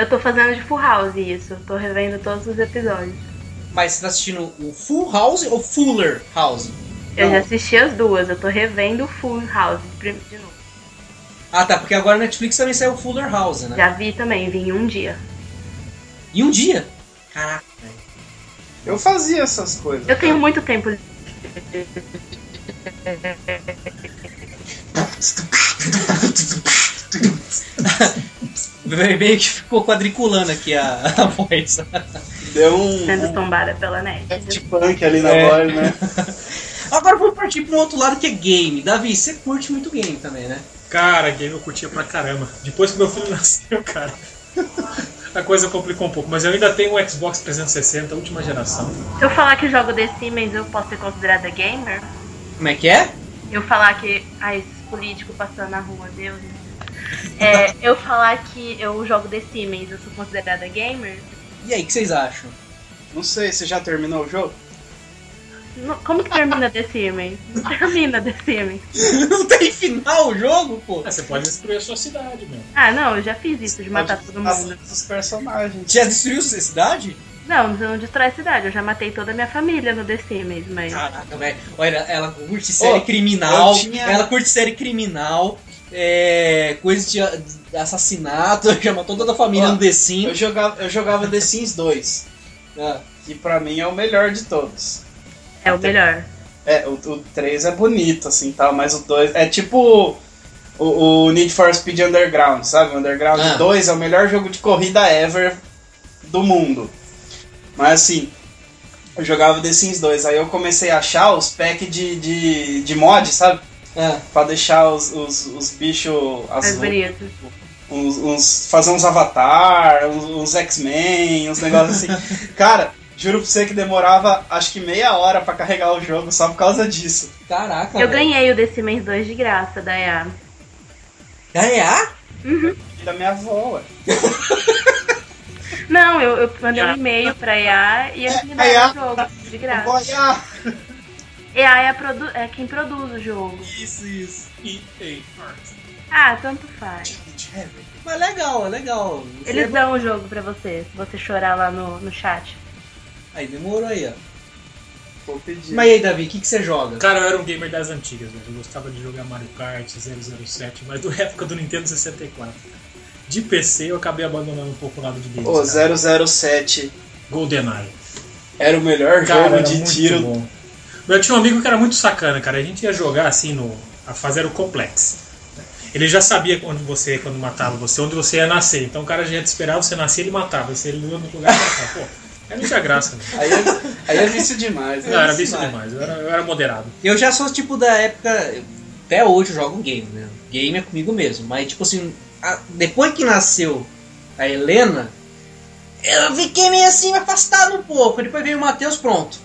Speaker 3: Eu tô fazendo de Full House isso. Tô revendo todos os episódios.
Speaker 1: Mas você tá assistindo o Full House ou Fuller House?
Speaker 3: Eu
Speaker 4: Não.
Speaker 3: já assisti as duas, eu tô revendo o Full House de de novo.
Speaker 1: Ah tá, porque agora na Netflix também saiu o Fuller House, né?
Speaker 3: Já vi também, vi em um dia.
Speaker 1: E um dia. Caraca.
Speaker 4: Eu fazia essas coisas.
Speaker 3: Eu tenho muito tempo. livre.
Speaker 1: Meio que ficou quadriculando aqui a, a voz.
Speaker 4: Deu um,
Speaker 3: sendo
Speaker 4: um
Speaker 3: tombada pela net.
Speaker 4: punk ali na
Speaker 1: É.
Speaker 4: voz, né?
Speaker 1: Agora vamos partir pro outro lado que é game. Davi, você curte muito game também, né?
Speaker 2: Cara, game eu curtia pra caramba. Depois que meu filho nasceu, cara. A coisa complicou um pouco, mas eu ainda tenho um Xbox 360, última geração.
Speaker 3: Se eu falar que jogo The Siemens, eu posso ser considerada gamer?
Speaker 1: Como é que é?
Speaker 3: Eu falar que. Ai, esses políticos passando na rua, Deus. É, eu falar que eu jogo The Siemens, eu sou considerada gamer?
Speaker 1: E aí, o que vocês acham?
Speaker 4: Não sei, você já terminou o jogo?
Speaker 3: Não- Como que termina The Siemens? Não termina The Siemens.
Speaker 1: Não tem final o jogo, pô?
Speaker 2: Ah, você pode destruir a sua cidade, meu.
Speaker 3: Ah, não, eu já fiz isso de matar
Speaker 4: Pode
Speaker 3: todo
Speaker 4: passar
Speaker 3: mundo.
Speaker 4: dos personagens.
Speaker 1: Já destruiu sua cidade?
Speaker 3: Não, você não destrói a cidade, eu já matei toda a minha família no The Sims, mas.
Speaker 1: Caraca, velho. Olha, ela curte série
Speaker 4: Ô,
Speaker 1: criminal.
Speaker 4: eu tinha-
Speaker 1: Ela curte série criminal. É, coisa de a- de assassinato. Já matou toda a família
Speaker 4: Ó,
Speaker 1: no The Sims.
Speaker 4: Eu jogava, eu jogava The Sims 2,
Speaker 1: Ah,
Speaker 4: que pra mim é o melhor de todos.
Speaker 3: É o melhor.
Speaker 4: É, o, o 3 é bonito, assim, tal, mas o 2 é tipo o, o Need for Speed Underground, sabe? O Underground
Speaker 1: Ah.
Speaker 4: 2 é o melhor jogo de corrida ever do mundo. Mas assim, eu jogava The Sims 2, aí eu comecei a achar os packs de, de, de mod, sabe?
Speaker 1: ah.
Speaker 4: Pra deixar os, os, os bichos
Speaker 3: Mais
Speaker 4: azul,
Speaker 3: bonito.
Speaker 4: uns, uns- fazer uns Avatar, uns, uns X-Men, uns negócios assim. Cara, juro pra você que demorava acho que meia hora pra carregar o jogo só por causa disso.
Speaker 1: Caraca.
Speaker 3: Eu
Speaker 1: velho.
Speaker 3: ganhei o The Sims 2 de graça da EA.
Speaker 1: Ganhar?
Speaker 4: da minha avó, ué.
Speaker 3: Não, eu, eu mandei um
Speaker 2: Já.
Speaker 3: e-mail pra EA e eles me deram o jogo de graça.
Speaker 4: Olha!
Speaker 3: EA é, a produ- é quem produz o jogo.
Speaker 1: Isso, isso.
Speaker 2: EA Art.
Speaker 3: Ah, tanto faz.
Speaker 1: Mas legal, é legal. Você-
Speaker 3: Eles dão o jogo pra você, se você chorar lá no, no chat.
Speaker 1: Aí demorou aí, ó.
Speaker 4: Vou pedir.
Speaker 1: Mas e aí, Davi, o que, que você joga?
Speaker 2: Cara, eu era um gamer das antigas, velho. Eu gostava de jogar Mario Kart, 007, mas da época do Nintendo 64. De PC, eu acabei abandonando um pouco o lado de games.
Speaker 4: Ô,
Speaker 2: cara.
Speaker 4: 007
Speaker 2: GoldenEye.
Speaker 4: era o melhor
Speaker 2: Cara,
Speaker 4: jogo
Speaker 2: era
Speaker 4: de
Speaker 2: muito
Speaker 4: tiro.
Speaker 2: bom. Eu tinha um amigo que era muito sacana, cara. A gente ia jogar assim no. A fazer o complexo. Ele já sabia onde você, quando matava você, onde você ia nascer. Então o cara já ia te esperar você nascer, ele matava. Se ele não ia no lugar, ele matava. Pô, aí não tinha é graça, né?
Speaker 4: Aí, Aí é vício demais.
Speaker 2: Não, era vício demais, eu era, eu era moderado.
Speaker 1: Eu já sou tipo da época. Até hoje eu jogo game, né? Game é comigo mesmo. Mas tipo assim, a- depois que nasceu a Helena, eu fiquei meio assim afastado um pouco. Depois veio o Matheus, pronto.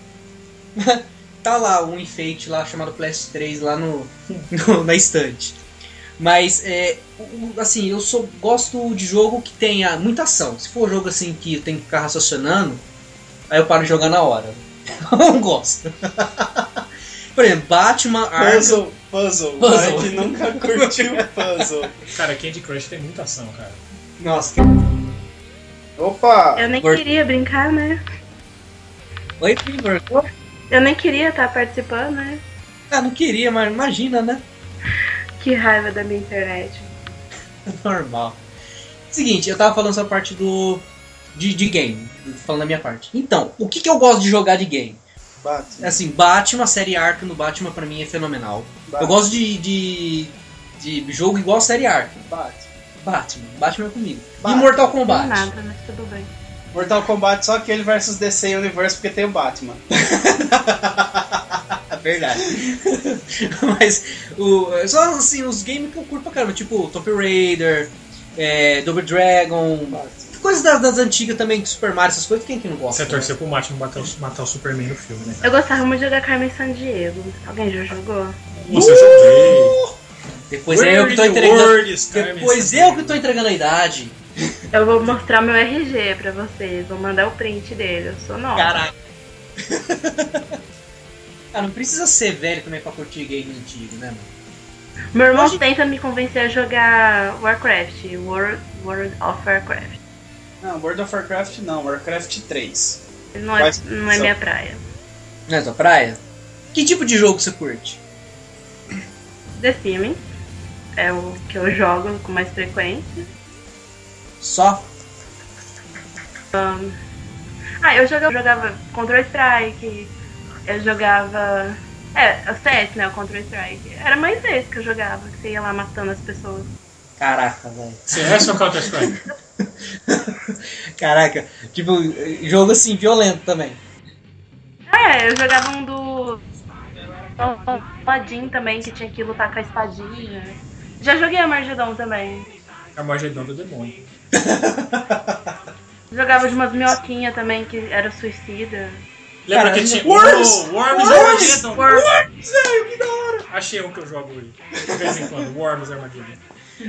Speaker 1: tá lá um enfeite lá chamado PS3 lá no, no- na estante. Mas é, o- o- assim, eu sou, gosto de jogo que tenha muita ação. Se for jogo assim que eu tenho que ficar raciocinando, aí eu paro de jogar na hora. não gosto. Por exemplo, Batman, Arkham,
Speaker 4: Puzzle, puzzle.
Speaker 1: Puzzle.
Speaker 4: Mike nunca curtiu puzzle.
Speaker 2: Cara, Candy Crush tem muita ação, cara.
Speaker 1: Nossa.
Speaker 4: Opa!
Speaker 3: Eu nem
Speaker 1: Ah, Por-
Speaker 3: queria brincar, né?
Speaker 1: Oi, Pimbor.
Speaker 3: Eu nem queria estar participando, né?
Speaker 1: Ah, não queria, mas imagina, né?
Speaker 3: Que raiva da minha internet.
Speaker 1: Normal. Seguinte, eu tava falando essa parte do. De, de game. Falando da minha parte. Então, o que, que eu gosto de jogar de game?
Speaker 4: Bate,
Speaker 1: Assim, Batman, a série Arkham do Batman pra mim é fenomenal.
Speaker 4: bate,
Speaker 1: Eu gosto de, de. de jogo igual a série Arkham.
Speaker 4: bate.
Speaker 1: Batman. Batman é comigo.
Speaker 4: Batman.
Speaker 1: E Mortal
Speaker 3: Não é
Speaker 1: Kombat.
Speaker 3: nada, mas tudo bem.
Speaker 4: Mortal Kombat só aquele versus DC Universe porque tem o Batman.
Speaker 1: É verdade. Mas o, só assim, os games que eu curto pra caramba, tipo Top Raider, é, Double Dragon,
Speaker 4: Bate.
Speaker 1: coisas das, das antigas também, de Super Mario, essas coisas, quem que não gosta?
Speaker 2: Você é
Speaker 1: né?
Speaker 2: torceu pro Batman matar, o- matar o Superman no filme, né?
Speaker 3: Eu gostava muito de jogar Carmen San Diego. Alguém já jogou?
Speaker 2: Nossa, eu joguei.
Speaker 1: Depois é eu que tô
Speaker 2: Word,
Speaker 1: entregando.
Speaker 2: Word, Skyrim,
Speaker 1: Depois
Speaker 2: esse
Speaker 1: eu que
Speaker 2: jogo.
Speaker 1: tô entregando a idade.
Speaker 3: Eu vou mostrar meu RG pra vocês. Vou mandar o print dele. Eu sou nova.
Speaker 1: Caraca. Ah, não precisa ser velho também pra curtir game antigo, né, mano?
Speaker 3: Meu irmão
Speaker 1: Hoje-
Speaker 3: tenta me convencer a jogar Warcraft. World, World of Warcraft.
Speaker 4: Não, World of Warcraft não, Warcraft 3.
Speaker 3: Não é,
Speaker 4: Mas-
Speaker 3: não é minha praia.
Speaker 1: Não é tua praia? Que tipo de jogo você curte?
Speaker 3: The Sims é o que eu jogo com mais frequência.
Speaker 1: Só?
Speaker 3: Ah, eu jogava, jogava Counter-Strike, eu jogava. É, o CS, né? O Counter-Strike. Era mais esse que eu jogava, que você ia lá matando as pessoas.
Speaker 1: Caraca, velho.
Speaker 2: CS ou é Counter-Strike?
Speaker 1: Caraca, tipo, jogo assim, violento também.
Speaker 3: É, eu jogava um do. um Paladin também, que tinha que lutar com a espadinha. Já joguei a Margedon também.
Speaker 2: É a Margedon do Demônio.
Speaker 3: Jogava de umas minhoquinhas também, que era suicida.
Speaker 2: Lembra
Speaker 1: Cara,
Speaker 2: que tinha.
Speaker 1: Worms!
Speaker 2: Oh, Worms
Speaker 1: Worms!
Speaker 2: Armageddon! Achei um que eu jogo aí. De vez em quando, Worms Armageddon.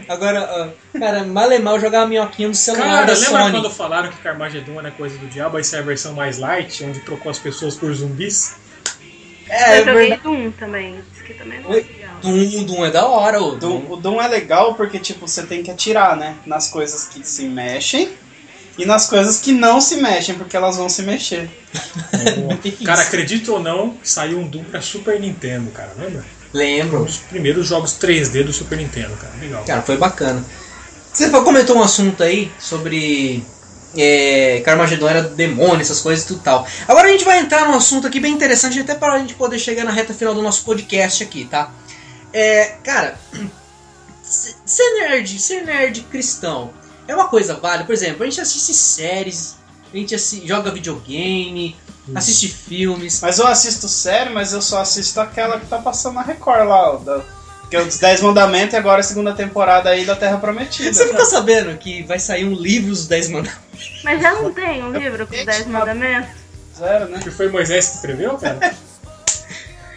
Speaker 1: Agora, ó, cara, é malemal jogava minhoquinha no celular
Speaker 2: Cara,
Speaker 1: da
Speaker 2: lembra
Speaker 1: Sony.
Speaker 2: quando falaram que Carmageddon era coisa do diabo, aí saiu a versão mais light, onde trocou as pessoas por zumbis?
Speaker 1: É, é
Speaker 3: eu joguei
Speaker 1: verdade.
Speaker 3: Doom também. Isso que também não é
Speaker 1: Oi?
Speaker 3: legal.
Speaker 1: Doom, Doom é da hora, ô.
Speaker 2: Uhum.
Speaker 4: Doom- o Doom é legal porque, tipo, você tem que atirar, né? Nas coisas que se mexem e nas coisas que não se mexem, porque elas vão se mexer.
Speaker 1: é
Speaker 2: cara, acredita ou não, saiu um Doom pra Super Nintendo, cara, lembra?
Speaker 1: Lembro.
Speaker 2: Os primeiros jogos 3D do Super Nintendo, cara, legal.
Speaker 1: Cara, foi bacana. Você fa- comentou um assunto aí sobre é, Carmageddon era demônio, essas coisas e tudo tal. Agora a gente vai entrar num assunto aqui bem interessante, até para a gente poder chegar na reta final do nosso podcast aqui, tá? É, cara, se- ser nerd, ser nerd cristão é uma coisa válida. Por exemplo, a gente assiste séries, a gente assi- joga videogame,
Speaker 2: Hum.
Speaker 1: assiste filmes.
Speaker 4: Mas eu assisto sério, mas eu só assisto aquela que tá passando na Record lá, ó, da, que é os 10 Mandamentos e agora a segunda temporada aí da Terra Prometida.
Speaker 1: Você não tá sabendo que vai sair um livro dos 10 mandamentos?
Speaker 3: Mas já não tem um livro com os
Speaker 4: Gente,
Speaker 3: 10
Speaker 4: mas-
Speaker 3: mandamentos?
Speaker 4: Zero, né?
Speaker 2: Que foi Moisés que escreveu, cara?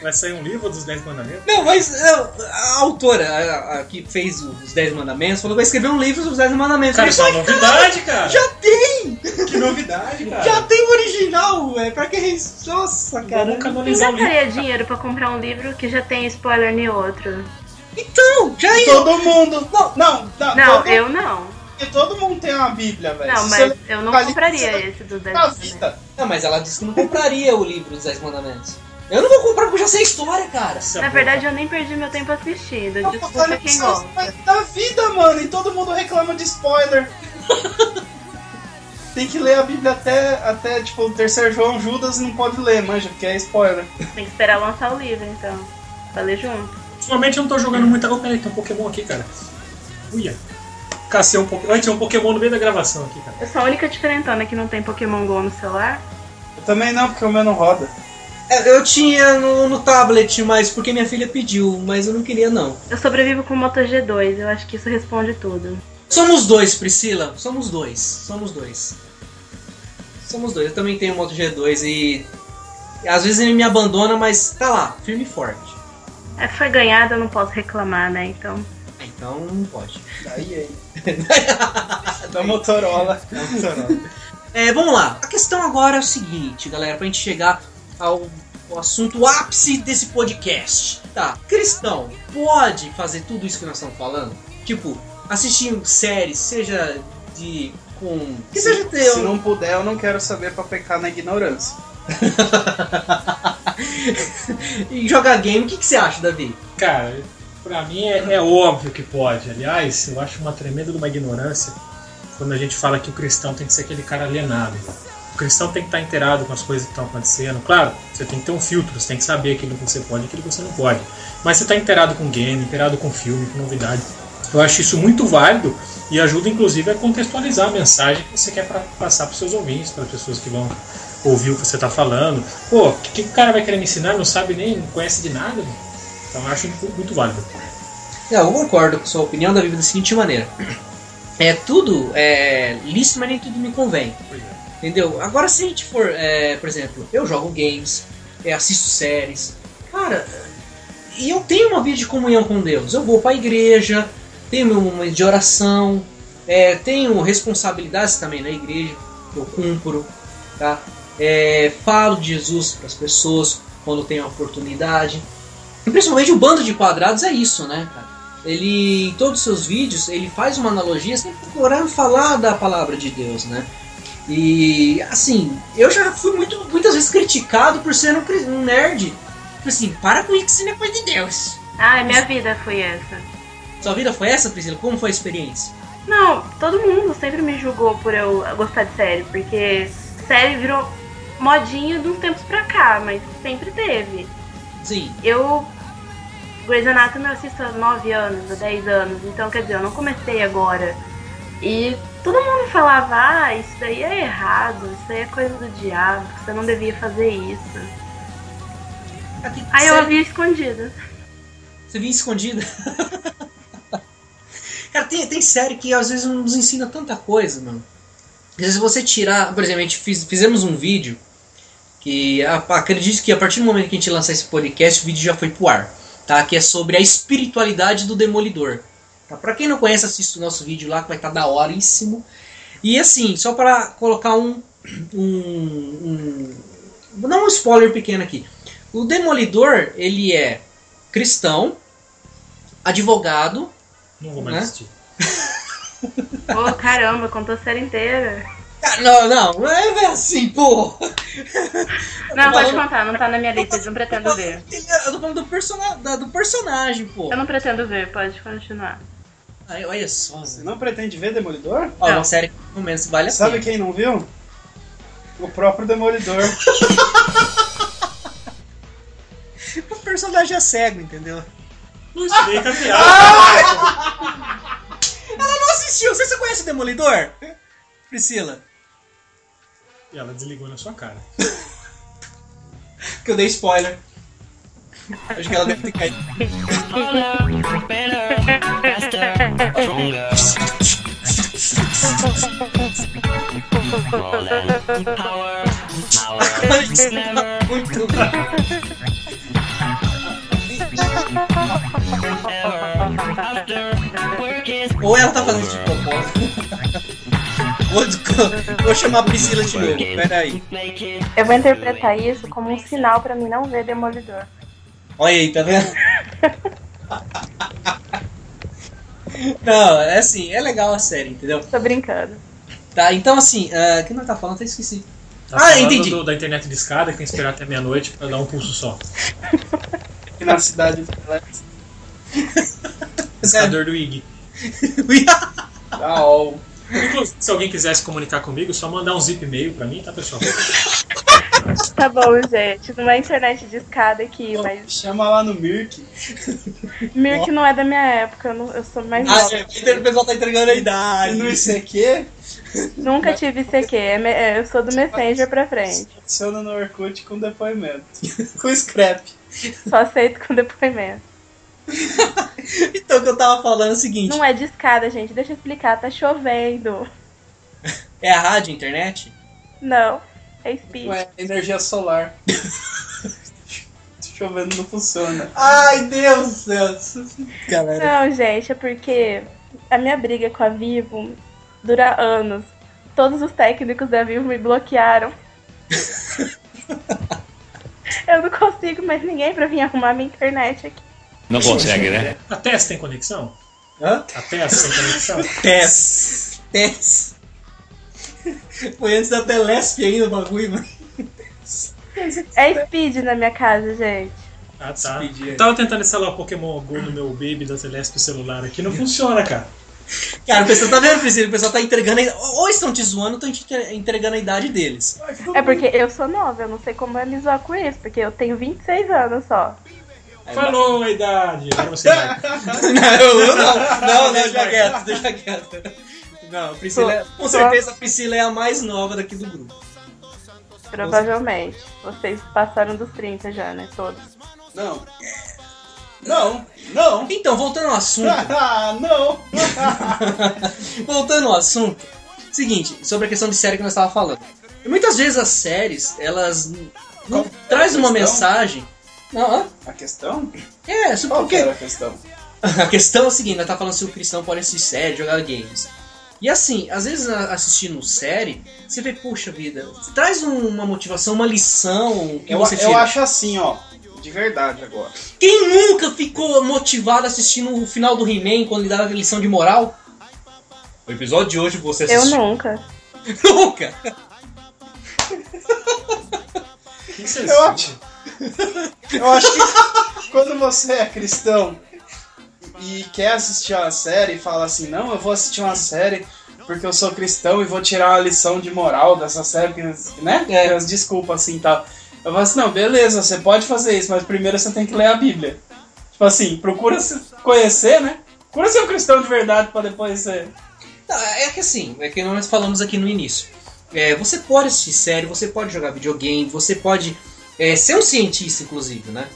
Speaker 2: Vai sair um livro dos 10 mandamentos?
Speaker 1: Não, mas não, a autora a- a que fez os 10 mandamentos falou que vai escrever um livro sobre os 10 mandamentos.
Speaker 2: Cara,
Speaker 1: Mas
Speaker 2: isso é uma novidade, cara!
Speaker 1: já tem!
Speaker 2: Que novidade, cara!
Speaker 1: Já tem o original, é pra quem. Nossa,
Speaker 2: Eu
Speaker 1: cara.
Speaker 2: vou
Speaker 3: Quem
Speaker 2: canonizar o livro.
Speaker 3: gastaria dinheiro pra comprar um livro que já tem spoiler em outro?
Speaker 1: Então, já é.
Speaker 4: Todo mundo! Não, não, não,
Speaker 3: Não,
Speaker 4: todo,
Speaker 3: eu não.
Speaker 4: todo mundo tem uma Bíblia, velho.
Speaker 3: Não,
Speaker 4: Se você
Speaker 3: mas eu não
Speaker 4: localiza,
Speaker 3: compraria
Speaker 4: você
Speaker 3: esse dos 10
Speaker 4: Na
Speaker 3: mandamentos.
Speaker 4: vida.
Speaker 1: Não, mas ela disse que não compraria o livro dos 10 mandamentos. Eu não vou comprar porque eu já sei a história, cara.
Speaker 2: Essa
Speaker 3: Na
Speaker 2: boa.
Speaker 3: verdade, eu nem perdi meu tempo assistindo.
Speaker 4: Eu
Speaker 3: Desculpa
Speaker 4: falei pra
Speaker 3: quem
Speaker 4: vocês,
Speaker 3: gosta.
Speaker 4: mas Da vida, mano, e todo mundo reclama de spoiler. Tem que ler a Bíblia até, até tipo, o terceiro João Judas não pode ler, manja, porque é spoiler.
Speaker 3: Tem que esperar lançar o livro, então. Falei junto.
Speaker 2: Ultimamente eu não tô jogando muita. Oh, peraí, tem um Pokémon aqui, cara. Uia. Cacei um Pokémon. Ai, tinha um Pokémon no meio da gravação aqui, cara.
Speaker 3: Eu sou a única diferentona que não tem Pokémon GO no celular.
Speaker 4: Eu também não, porque o meu não roda.
Speaker 1: É, Eu tinha no, no tablet, mas porque minha filha pediu, mas eu não queria não.
Speaker 3: Eu sobrevivo com Moto G2, eu acho que isso responde tudo.
Speaker 1: Somos dois, Priscila. Somos dois. Somos dois. Somos dois. Eu também tenho um Moto G2 e. e Às vezes ele me abandona, mas tá lá, firme e forte.
Speaker 3: É, foi ganhada, eu não posso reclamar, né? Então.
Speaker 1: Então não pode.
Speaker 4: Daí aí. da Motorola. Da Motorola.
Speaker 1: É, vamos lá. A questão agora é o seguinte, galera, pra gente chegar ao, ao assunto ápice desse podcast. Tá, cristão pode fazer tudo isso que nós estamos falando? Tipo, assistir séries, seja de. com. Que seja teu.
Speaker 4: Se não puder, eu não quero saber pra pecar na ignorância.
Speaker 1: E jogar game, o que, que você acha, Davi?
Speaker 2: Cara, pra mim é, é óbvio que pode. Aliás, eu acho uma tremenda de uma ignorância quando a gente fala que o cristão tem que ser aquele cara alienado. O cristão tem que estar inteirado com as coisas que estão acontecendo. Claro, você tem que ter um filtro, você tem que saber aquilo que você pode e aquilo que você não pode. Mas você está inteirado com game, inteirado com filme, com novidade. Eu acho isso muito válido e ajuda inclusive a contextualizar a mensagem que você quer pra, passar para seus ouvintes, para as pessoas que vão ouvir o que você está falando. Pô, o que, que o cara vai querer me ensinar? Não sabe nem, não conhece de nada. né? Então eu acho muito válido.
Speaker 1: É, eu concordo com sua opinião, Davi, da seguinte maneira. É tudo é, lícito, mas nem tudo me convém. Entendeu? Agora, se a gente for, é, por exemplo, eu jogo games, é, assisto séries, cara, e eu tenho uma vida de comunhão com Deus. Eu vou pra igreja, tenho meu momento de oração, é, tenho responsabilidades também na igreja, que eu cumpro, tá? É, falo de Jesus para as pessoas quando tenho a oportunidade. E principalmente o bando de quadrados é isso, né, cara? Ele, em todos os seus vídeos, ele faz uma analogia sempre procurar falar da palavra de Deus, né? E assim, eu já fui muito, muitas vezes criticado por ser um, cri- um nerd. Tipo assim, para com isso que isso não é coisa de Deus.
Speaker 3: Ai, Ah, minha vida foi essa.
Speaker 1: Sua vida foi essa, Priscila? Como foi a experiência?
Speaker 3: Não, todo mundo sempre me julgou por eu gostar de série, porque série virou modinha de uns tempos pra cá, mas sempre teve.
Speaker 1: Sim.
Speaker 3: Eu. Grey's Anatomy eu assisto há 9 anos, há 10 anos, então quer dizer, eu não comecei agora. E todo mundo falava, ah, isso daí é errado, isso aí é coisa do diabo, você não devia fazer isso.
Speaker 1: Aqui,
Speaker 3: Aí eu
Speaker 1: sério?
Speaker 3: havia escondido.
Speaker 1: Você vinha escondida. Cara, tem, tem série que às vezes nos ensina tanta coisa, mano. Às vezes você tirar. Por exemplo, a gente fiz- fizemos um vídeo que a- acredito que a partir do momento que a gente lançar esse podcast, o vídeo já foi pro ar. Tá? Que é sobre a espiritualidade do Demolidor. Tá? Pra quem não conhece, assista o nosso vídeo lá que vai estar da horíssimo. E assim, só pra colocar um. um, um não um spoiler pequeno aqui. O Demolidor, ele é cristão, advogado.
Speaker 2: Não vou mais
Speaker 1: Né?
Speaker 2: assistir.
Speaker 3: Ô caramba, contou a série inteira.
Speaker 1: Ah, não, não, não é assim, pô.
Speaker 3: Não, pode
Speaker 1: falando-
Speaker 3: contar, não tá na minha lista, eu não pretendo ver.
Speaker 1: é, Eu tô falando do, persona, da- do personagem, pô.
Speaker 3: Eu não pretendo ver, pode continuar.
Speaker 1: Ai, olha só,
Speaker 4: Você
Speaker 1: velho.
Speaker 4: não pretende ver Demolidor?
Speaker 1: Ó,
Speaker 3: Não.
Speaker 1: uma série que pelo menos vale a
Speaker 4: Sabe
Speaker 1: pena.
Speaker 4: quem não viu? O próprio Demolidor.
Speaker 1: O personagem é cego, entendeu? Ela
Speaker 2: Não explica
Speaker 1: tá
Speaker 2: a piada.
Speaker 1: Ah, não assistiu. Você, você conhece o Demolidor? Priscila,
Speaker 2: E ela desligou na sua cara.
Speaker 1: que eu dei spoiler. Acho que ela deve ter caído.
Speaker 5: Harder, better, faster, stronger. Rolling power, power, never
Speaker 1: Muito bom.
Speaker 5: ever after. Work is
Speaker 1: Ou ela tá fazendo isso de propósito. Vou, desco- vou chamar a Priscila de novo. Pera aí.
Speaker 5: making.
Speaker 3: Eu vou interpretar isso como um sinal pra mim não ver Demolidor.
Speaker 1: Olha aí, tá vendo? Não, é assim, é legal a série, entendeu?
Speaker 3: Tô brincando.
Speaker 1: Tá, então assim, ah, o que nós tá falando? Até esqueci.
Speaker 2: Tá
Speaker 1: Ah,
Speaker 2: falando
Speaker 1: entendi.
Speaker 2: do- da internet de escada que tem que esperar até meia-noite pra dar um pulso só.
Speaker 4: que na cidade dela
Speaker 2: Pescador do IG.
Speaker 4: é da OL.
Speaker 2: Inclusive, se alguém quiser se comunicar comigo, é só mandar um zip e-mail pra mim, tá, pessoal?
Speaker 3: Tá bom, gente. Não é internet de escada aqui, mas
Speaker 4: Chama lá no Mirk.
Speaker 3: Mirk não é da minha época, eu, não- eu sou mais
Speaker 1: Ah,
Speaker 3: nova.
Speaker 1: você- o pessoal tá entregando a idade.
Speaker 4: No ICQ,
Speaker 3: Nunca tive CQ, é me- é, eu sou do Messenger pra frente.
Speaker 4: adiciona no Orkut com depoimento. com scrap.
Speaker 3: Só aceito com depoimento.
Speaker 1: Então, o que eu tava falando é o seguinte:
Speaker 3: Não é de escada, gente. Deixa eu explicar, tá chovendo.
Speaker 1: é a rádio, a internet?
Speaker 3: Não, é speed.
Speaker 4: Com é energia solar. Chovendo não funciona.
Speaker 1: Ai, Deus do céu. Galera,
Speaker 3: Não, gente, é porque a minha briga com a Vivo dura anos. Todos os técnicos da Vivo me bloquearam. Eu não consigo mais ninguém pra vir arrumar minha internet aqui.
Speaker 6: Não consegue, né?
Speaker 2: A TES tem conexão?
Speaker 1: Hã?
Speaker 2: A TES tem conexão?
Speaker 1: Tess. Tess. Foi antes da Telesp ainda o bagulho, mano.
Speaker 3: É Speed na minha casa, gente.
Speaker 2: Ah, tá.
Speaker 1: Despedir.
Speaker 2: Eu tava tentando instalar o Pokémon Go no meu Baby da Celeste celular aqui, não funciona, cara.
Speaker 1: Cara, o pessoal tá vendo, Priscila? O pessoal tá entregando. A... Ou estão te zoando ou estão te entre- entregando a idade deles.
Speaker 3: É porque eu sou nova, eu não sei como é me zoar com isso, porque eu tenho 26 anos só.
Speaker 1: Aí,
Speaker 2: Falou a idade. Agora você vai.
Speaker 1: Não, eu não. Não, deixa quieto, deixa quieto. Não, a Priscila é, com certeza a Priscila é a mais nova daqui do grupo.
Speaker 3: Provavelmente. Vocês passaram dos 30 já, né? Todos.
Speaker 4: Não. Não. Não.
Speaker 1: Então, voltando ao assunto,
Speaker 4: Ah, não.
Speaker 1: voltando ao assunto, seguinte, sobre a questão de série que nós estávamos falando. E muitas vezes as séries, elas n- não
Speaker 4: Qual que era a
Speaker 1: traz uma
Speaker 4: questão?
Speaker 1: mensagem. Não, hã?
Speaker 4: A questão?
Speaker 1: é, só
Speaker 4: Qual
Speaker 1: porque
Speaker 4: que era a questão?
Speaker 1: a questão é o seguinte, nós tá falando se o cristão pode assistir série, jogar games. E assim, às vezes a- assistindo série, você vê, puxa vida, traz um- uma motivação, uma lição que
Speaker 4: Eu,
Speaker 1: você
Speaker 4: eu
Speaker 1: tira.
Speaker 4: acho assim, ó. De verdade agora.
Speaker 1: Quem nunca ficou motivado assistindo o final do He-Man quando ele dava aquela lição de moral? O episódio de hoje você
Speaker 3: Eu
Speaker 1: assistiu.
Speaker 3: nunca.
Speaker 1: Nunca!
Speaker 2: O que é vocês
Speaker 4: Eu acho. Eu acho que quando você é cristão e quer assistir uma série e fala assim, não, eu vou assistir uma série porque eu sou cristão e vou tirar uma lição de moral dessa série, que- né?
Speaker 1: É.
Speaker 4: As desculpas assim e tal. Eu falo assim, não, beleza, você pode fazer isso, mas primeiro você tem que ler a Bíblia. Tipo assim, procura se conhecer, né? Procura ser um cristão de verdade pra depois ser.
Speaker 1: Não, é que assim, é que nós falamos aqui no início. É, você pode assistir série, você pode jogar videogame, você pode é, ser um cientista, inclusive, né?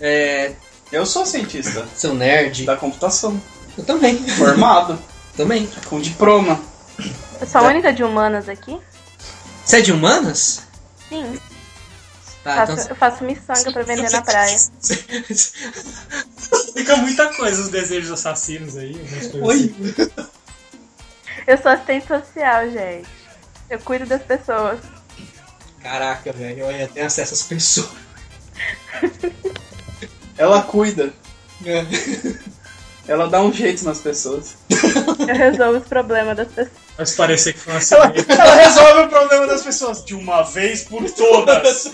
Speaker 1: É,
Speaker 4: Eu sou cientista
Speaker 1: ser um
Speaker 3: Tá.
Speaker 1: nerd.
Speaker 4: da computação,
Speaker 1: Eu também,
Speaker 4: formado,
Speaker 1: também.
Speaker 4: com diploma.
Speaker 3: Eu sou a única de humanas aqui?
Speaker 1: Você é de humanas?
Speaker 3: Sim.
Speaker 2: Ah,
Speaker 1: Tá,
Speaker 2: então
Speaker 3: Faço- eu faço miçanga pra vender na praia.
Speaker 2: Fica muita coisa os desejos assassinos aí. algumas coisas
Speaker 1: Oi.
Speaker 2: assim.
Speaker 3: Eu sou assistente social, gente. Eu cuido das pessoas.
Speaker 1: Caraca, velho, eu ia ter acesso às pessoas.
Speaker 4: Ela cuida,
Speaker 1: É.
Speaker 4: ela dá um jeito nas pessoas.
Speaker 3: Eu resolvo os problemas das pessoas.
Speaker 2: Mas parecer que foi um acidente.
Speaker 4: Ela resolve o problema das pessoas de uma vez por todas.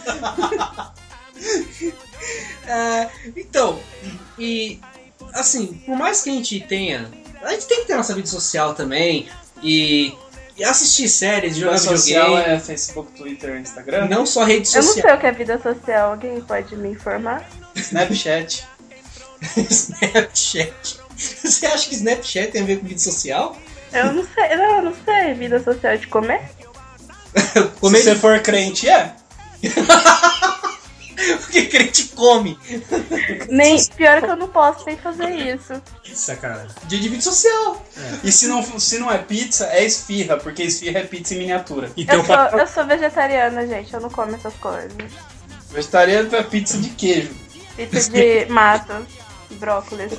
Speaker 1: É, então, e assim, por mais que a gente tenha. A gente tem que ter nossa vida social também. E, e assistir séries, jogar
Speaker 4: Rede social
Speaker 1: videogame.
Speaker 4: é Facebook, Twitter, Instagram,
Speaker 1: Não só rede
Speaker 3: Eu não
Speaker 1: social.
Speaker 3: sei o que é vida social. Alguém pode me informar?
Speaker 4: Snapchat.
Speaker 1: Snapchat. Você acha que Snapchat tem a ver com vídeo social?
Speaker 3: Eu não sei. Não, eu não sei. Vida social de comer?
Speaker 1: Comer
Speaker 4: Se você for crente, é.
Speaker 1: porque crente come.
Speaker 3: Nem, pior é que eu não posso nem fazer isso.
Speaker 2: Isso, cara.
Speaker 1: Dia de vídeo social.
Speaker 4: E se não, se não é pizza, é esfirra, porque esfirra é pizza em miniatura.
Speaker 2: E tem
Speaker 3: Eu
Speaker 2: um
Speaker 3: sou,
Speaker 2: patrão.
Speaker 3: eu sou vegetariana, gente. Eu não como essas coisas.
Speaker 4: Vegetariano é pizza de queijo.
Speaker 3: Pizza é de mato, brócolis.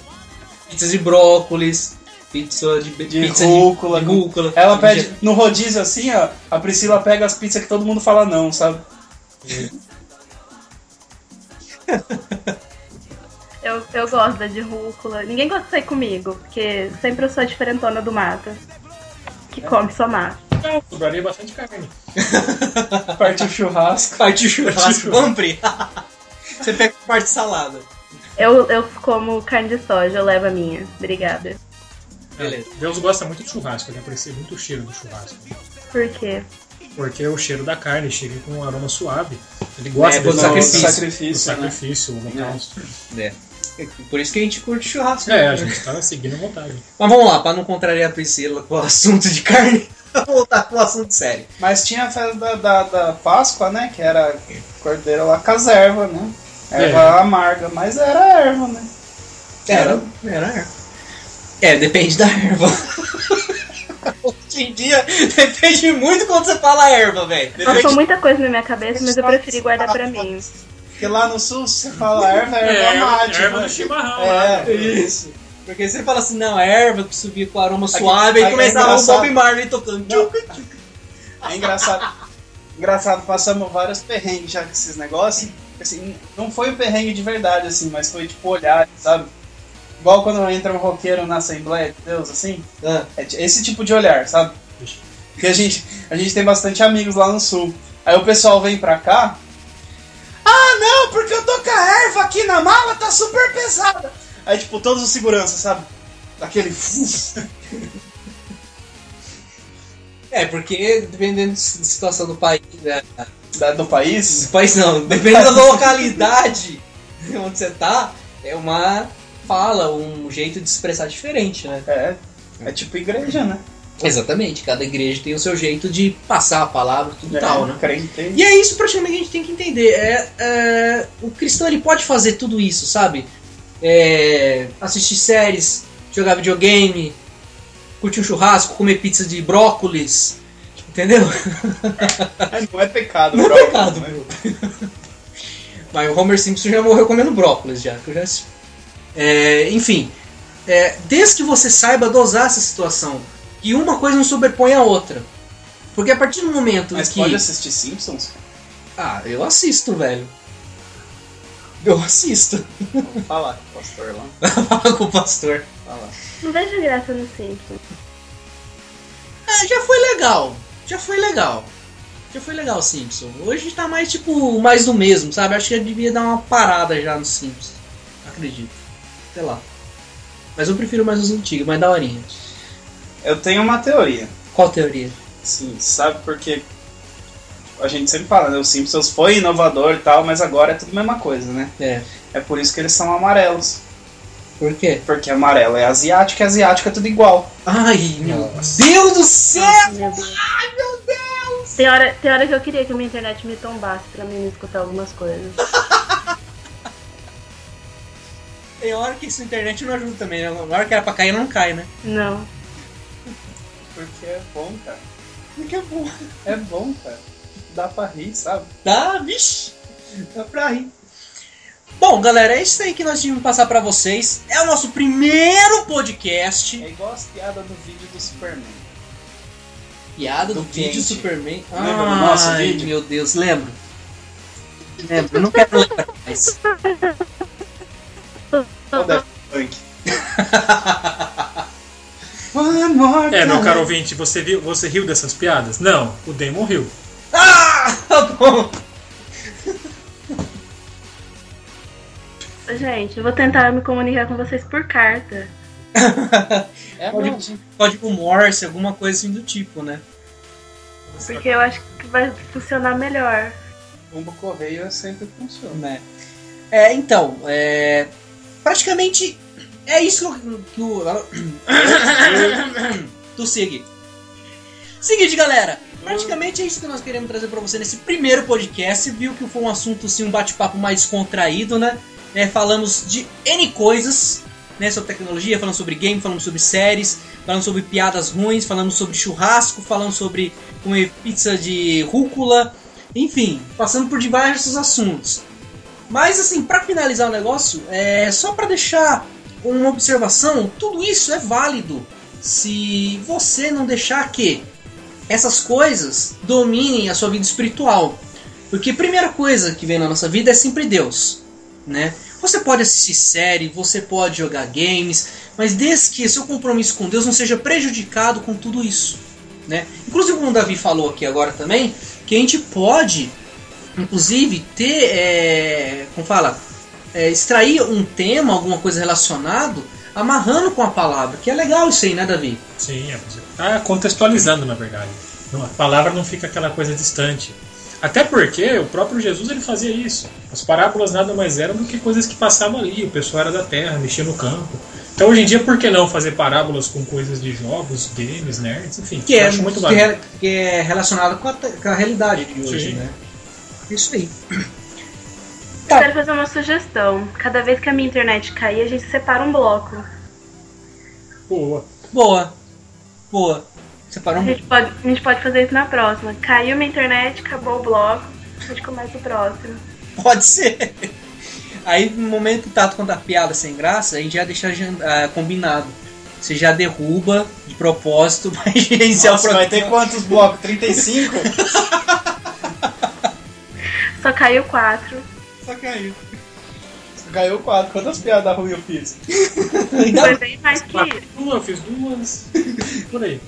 Speaker 1: Pizza de brócolis, pizza de, de
Speaker 4: De
Speaker 1: pizza
Speaker 4: rúcula.
Speaker 1: de rúcula.
Speaker 4: Ela pede, no rodízio assim, ó, a Priscila pega as pizzas que todo mundo fala não, sabe?
Speaker 3: Eu, eu gosto da de rúcula. Ninguém gosta de sair comigo, porque sempre eu sou a diferentona do mato. Que come só mato.
Speaker 2: Sobraria bastante carne.
Speaker 4: Parte o churrasco.
Speaker 1: Parte de churrasco.
Speaker 2: churrasco.
Speaker 1: Vamos, Pri. Você pega parte de salada.
Speaker 3: Eu, eu como carne de soja, eu levo a minha. Obrigada.
Speaker 1: Beleza.
Speaker 2: É, Deus gosta muito de churrasco, ele aprecia muito o cheiro do churrasco.
Speaker 3: Por quê?
Speaker 2: Porque o cheiro da carne chega com um aroma suave Ele gosta
Speaker 1: É, do
Speaker 2: do
Speaker 1: sacrifício.
Speaker 2: Do
Speaker 4: sacrifício, né?
Speaker 2: sacrifício, o holocausto.
Speaker 4: É.
Speaker 1: Por isso que a gente curte churrasco.
Speaker 2: É,
Speaker 1: né?
Speaker 2: a gente tá seguindo a vontade.
Speaker 1: Mas vamos lá, pra não contrariar a Priscila com o assunto de carne, vamos voltar pro assunto sério.
Speaker 4: Mas tinha a festa da, da, da Páscoa, né? Que era cordeiro lá com as ervas, né? Erva
Speaker 2: É.
Speaker 4: amarga, mas era erva, né?
Speaker 1: Era, era erva. É, depende da erva. Hoje em dia, depende muito quando você fala erva, velho.
Speaker 4: Depende-
Speaker 3: Passou muita coisa na minha cabeça, mas eu preferi guardar pra mim.
Speaker 4: Porque lá no sul, se você fala erva, é erva mate.
Speaker 2: erva
Speaker 4: né?
Speaker 2: do chimarrão,
Speaker 4: É,
Speaker 2: né?
Speaker 4: isso.
Speaker 1: Porque você fala assim, não, erva que subia com aroma
Speaker 4: Aí-
Speaker 1: suave, aí,
Speaker 4: aí é
Speaker 1: começava o
Speaker 4: engraçado.
Speaker 1: Bob Marley tocando.
Speaker 4: Não. É engraçado. engraçado, passamos vários perrengues já com esses negócios. Assim, não foi o perrengue de verdade, assim, mas foi tipo olhar, sabe? Igual quando entra um roqueiro na Assembleia de Deus, assim.
Speaker 1: Ah,
Speaker 4: É ti- esse tipo de olhar, sabe? Porque a gente, a gente tem bastante amigos lá no sul. Aí o pessoal vem pra cá. Ah, não, porque eu tô com a erva aqui na mala, tá super pesada. Aí, tipo, todos os seguranças, sabe? Daquele.
Speaker 1: É, porque dependendo da situação do país, né?
Speaker 4: da- do país.
Speaker 1: Do país não, depende da localidade onde você tá, é uma fala, um jeito de expressar diferente, né?
Speaker 4: É. É tipo igreja, né?
Speaker 1: Exatamente, cada igreja tem o seu jeito de passar a palavra, tudo
Speaker 4: É,
Speaker 1: tal, né?
Speaker 4: Crente.
Speaker 1: E é isso praticamente que a gente tem que entender. É, é, o cristão ele pode fazer tudo isso, sabe? É, assistir séries, jogar videogame, curtir um churrasco, comer pizza de brócolis, entendeu?
Speaker 4: É, não é pecado, né?
Speaker 1: Não é
Speaker 4: bro.
Speaker 1: pecado, meu. Mas o Homer Simpson já morreu comendo brócolis já, que eu já assisti. É, enfim, é, desde que você saiba dosar essa situação e uma coisa não sobrepõe a outra. Porque a partir do momento
Speaker 4: Mas
Speaker 1: que.
Speaker 4: pode assistir Simpsons?
Speaker 1: Ah, eu assisto, velho. Eu assisto.
Speaker 4: Fala, pastor lá.
Speaker 1: Fala com o pastor.
Speaker 4: Fala.
Speaker 3: Não vejo graça no Simpsons.
Speaker 1: Ah, já foi legal. Já foi legal. Já foi legal o Simpson. Hoje tá mais tipo, mais do mesmo, sabe? Acho que eu devia dar uma parada já no Simpson. Acredito. Sei lá. Mas eu prefiro mais os antigos, mais daorinha.
Speaker 4: Eu tenho uma teoria.
Speaker 1: Qual teoria?
Speaker 4: Sim, sabe porque a gente sempre fala, né? O Simpsons foi inovador e tal, mas agora é tudo a mesma coisa, né?
Speaker 1: É.
Speaker 4: É por isso que eles são amarelos.
Speaker 1: Por quê?
Speaker 4: Porque amarelo é asiático e asiático é tudo igual.
Speaker 1: Ai, meu Deus do céu!
Speaker 3: Ah, Meu Deus! Tem hora, tem hora que eu queria que a minha internet me tombasse pra mim escutar algumas coisas.
Speaker 1: Tem hora que isso internet não ajuda também, né? Na hora que era pra cair, não cai, né?
Speaker 3: Não.
Speaker 4: Porque é bom, cara.
Speaker 1: Porque é bom.
Speaker 4: É bom, cara. Dá pra rir, sabe?
Speaker 1: Tá, vixe!
Speaker 4: Dá pra rir.
Speaker 1: Bom, galera, é isso aí que nós tínhamos que passar pra vocês. É o nosso primeiro podcast.
Speaker 4: É igual as piadas do vídeo do Superman.
Speaker 1: Piada do,
Speaker 4: Do
Speaker 1: vídeo
Speaker 4: quente.
Speaker 1: Superman.
Speaker 4: Lembra do nosso
Speaker 1: Ai,
Speaker 4: vídeo?
Speaker 1: meu Deus, lembro. Lembro, eu não quero lembrar mais.
Speaker 4: Ou Daft Punk. One more
Speaker 2: É, meu
Speaker 4: time.
Speaker 2: caro ouvinte, você, viu, você riu dessas piadas? Não, o Damon riu.
Speaker 1: Ah, tá bom.
Speaker 3: Gente, eu vou tentar me comunicar com vocês por carta.
Speaker 4: É,
Speaker 1: Pode-
Speaker 4: meu,
Speaker 1: Código Morse, alguma coisa assim do tipo, né?
Speaker 3: Porque eu acho que vai funcionar melhor.
Speaker 4: Pombo correio é sempre funciona.
Speaker 1: né? É, então, é, praticamente é isso que o- que o. do Sig. Seguinte, galera. Praticamente é isso que nós queremos trazer pra você nesse primeiro podcast. Você Viu que foi um assunto, assim, um bate-papo mais descontraído, né? É, falamos de N coisas, né? Sobre tecnologia, falamos sobre game, falamos sobre séries, falamos sobre piadas ruins, falamos sobre churrasco, falamos sobre comer pizza de rúcula, enfim, passando por diversos assuntos. Mas assim, pra finalizar o negócio, é só pra deixar uma observação, tudo isso é válido se você não deixar que essas coisas dominem a sua vida espiritual. Porque a primeira coisa que vem na nossa vida é sempre Deus, né? Você pode assistir série, você pode jogar games, mas desde que seu compromisso com Deus não seja prejudicado com tudo isso, né? Inclusive como o Davi falou aqui agora também, que a gente pode inclusive ter é, como fala é, extrair um tema alguma coisa relacionado amarrando com a palavra que é legal isso aí né Davi
Speaker 2: Sim, é, você tá contextualizando, na verdade. Não, A palavra não fica aquela coisa distante. Até porque o próprio Jesus ele fazia isso. As parábolas nada mais eram do que coisas que passavam ali. O pessoal era da terra, mexia no campo. Então hoje em dia, por que não fazer parábolas com coisas de jogos, games, nerds, enfim?
Speaker 1: Que
Speaker 2: eu
Speaker 1: é,
Speaker 2: acho muito
Speaker 1: que,
Speaker 2: bacana.
Speaker 1: é, que é relacionado com a, te- com a realidade de hoje,
Speaker 2: Sim.
Speaker 1: né? Isso aí.
Speaker 3: Eu quero fazer uma sugestão. Cada vez que a minha internet cair, a gente separa um bloco.
Speaker 1: é-
Speaker 2: Boa.
Speaker 1: Boa. Boa. Separou
Speaker 3: A
Speaker 1: um.
Speaker 3: gente pode, a gente pode fazer isso na próxima. Caiu minha internet, acabou o bloco. A gente começa o próximo.
Speaker 1: Pode ser. Aí, no momento que o Tato contar piada sem graça, a gente já deixa agen- ah, combinado. Você já derruba de propósito pra gente iniciar é o
Speaker 4: Nossa, vai ter
Speaker 1: programa.
Speaker 4: quantos blocos? 35?
Speaker 3: Só caiu quatro.
Speaker 4: Só caiu. Só caiu 4. Quantas piadas ruins eu fiz?
Speaker 3: Foi bem mais que
Speaker 2: Quatro,
Speaker 3: isso.
Speaker 2: duas, eu fiz duas. Por aí.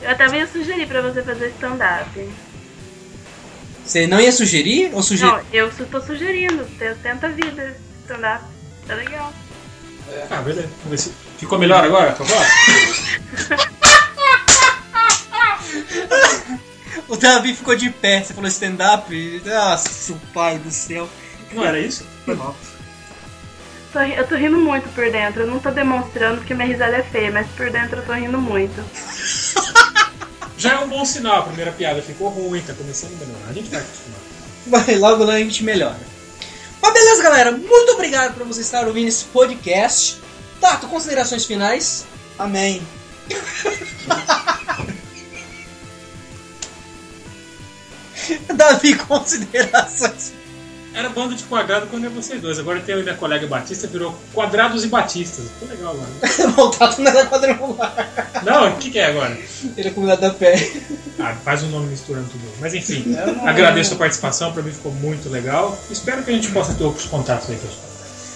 Speaker 3: Eu até ia sugerir pra você fazer stand-up.
Speaker 1: Você não ia sugerir ou sugerir?
Speaker 3: Não, eu su- tô sugerindo. Te- Tenta a vida. Stand-up. Tá legal.
Speaker 1: É.
Speaker 2: Ah, beleza. Vamos ver se. Ficou melhor agora? tá Tô agora?
Speaker 1: O Davi ficou de pé, você falou stand-up. Nossa, pai do céu.
Speaker 2: Não era isso? Foi mal.
Speaker 3: Tô ri- eu tô rindo muito por dentro. Eu não tô demonstrando porque minha risada é feia, mas por dentro eu tô rindo muito.
Speaker 2: Já é um bom sinal, a primeira piada ficou ruim, tá começando a melhorar. A gente vai acostumar.
Speaker 1: Vai, logo lá a gente melhora. Mas beleza, galera. Muito obrigado por você estar ouvindo esse podcast. Tato, considerações finais?
Speaker 4: Amém.
Speaker 1: Davi, considerações.
Speaker 2: Era bando de quadrado quando era vocês dois. Agora tem eu e minha colega Batista, virou quadrados e batistas. Ficou legal agora.
Speaker 1: Tá Bom, o Tato não era quadrangular.
Speaker 2: Não, o que, que é agora?
Speaker 1: Ele é comunidade da pé.
Speaker 2: Ah, faz um nome misturando tudo. Mas enfim,
Speaker 4: Eu não-
Speaker 2: agradeço a participação, pra mim ficou muito legal. Espero que a gente possa ter outros contatos aí, pessoal.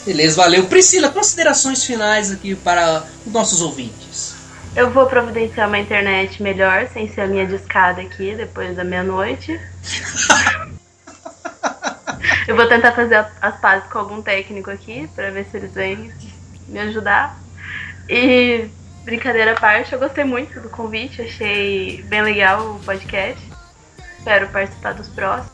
Speaker 1: Beleza, valeu. Priscila, considerações finais aqui para os nossos ouvintes.
Speaker 3: Eu vou providenciar uma internet melhor, sem ser a minha discada aqui, depois da meia-noite. Eu vou tentar fazer a- as pazes com algum técnico aqui, pra ver se eles vêm me ajudar. E, brincadeira à parte, eu gostei muito do convite, achei bem legal o podcast. Espero participar dos próximos.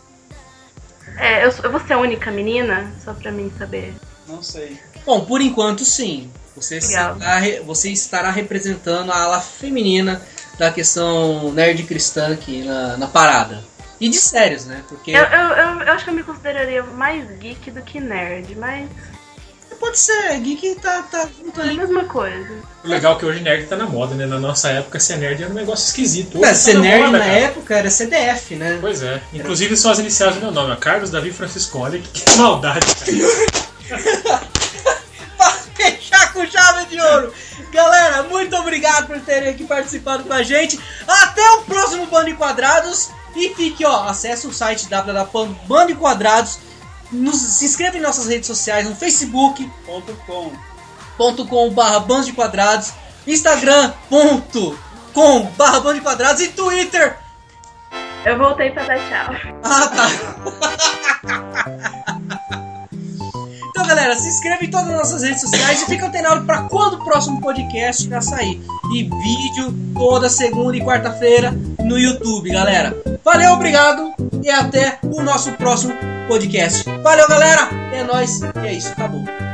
Speaker 3: É, eu, sou- eu vou ser a única menina, só pra mim saber.
Speaker 4: Não sei.
Speaker 1: Bom, por enquanto sim. Você
Speaker 3: Legal.
Speaker 1: estará, re- você estará representando a ala feminina da questão nerd cristã aqui na, na parada. E de sérios, né? Porque
Speaker 3: Eu, eu- eu- eu acho que eu me consideraria mais geek do que nerd, mas
Speaker 1: pode ser, geek tá, tá
Speaker 3: é a mesma coisa.
Speaker 2: O legal é que hoje nerd tá na moda, né? Na nossa época, ser nerd era um negócio esquisito. Hoje
Speaker 1: É,
Speaker 2: tá
Speaker 1: ser
Speaker 2: na
Speaker 1: nerd
Speaker 2: moda,
Speaker 1: na
Speaker 2: cara.
Speaker 1: época era CDF, né?
Speaker 2: Pois é. Inclusive são as iniciais do meu nome, ó. Carlos Davi Franciscoli. Que maldade, cara.
Speaker 1: pra fechar com chave de ouro. Galera, muito obrigado por terem aqui participado com a gente. Até o próximo Bando de Quadrados. E fique, ó, acesse o site www.bando de Quadrados. Nos, se inscreva em nossas redes sociais no facebook.com
Speaker 4: Ponto com.
Speaker 1: barra Bando de Quadrados, instagram.com barra Bando de Quadrados e twitter.
Speaker 3: Eu voltei pra dar tchau.
Speaker 1: Ah, tá. Então, galera, se inscreve em todas as nossas redes sociais e fica antenado para quando o próximo podcast vai sair. E vídeo toda segunda e quarta-feira no YouTube, galera. Valeu, obrigado e até o nosso próximo podcast. Valeu, galera. É nóis. E é isso. Acabou.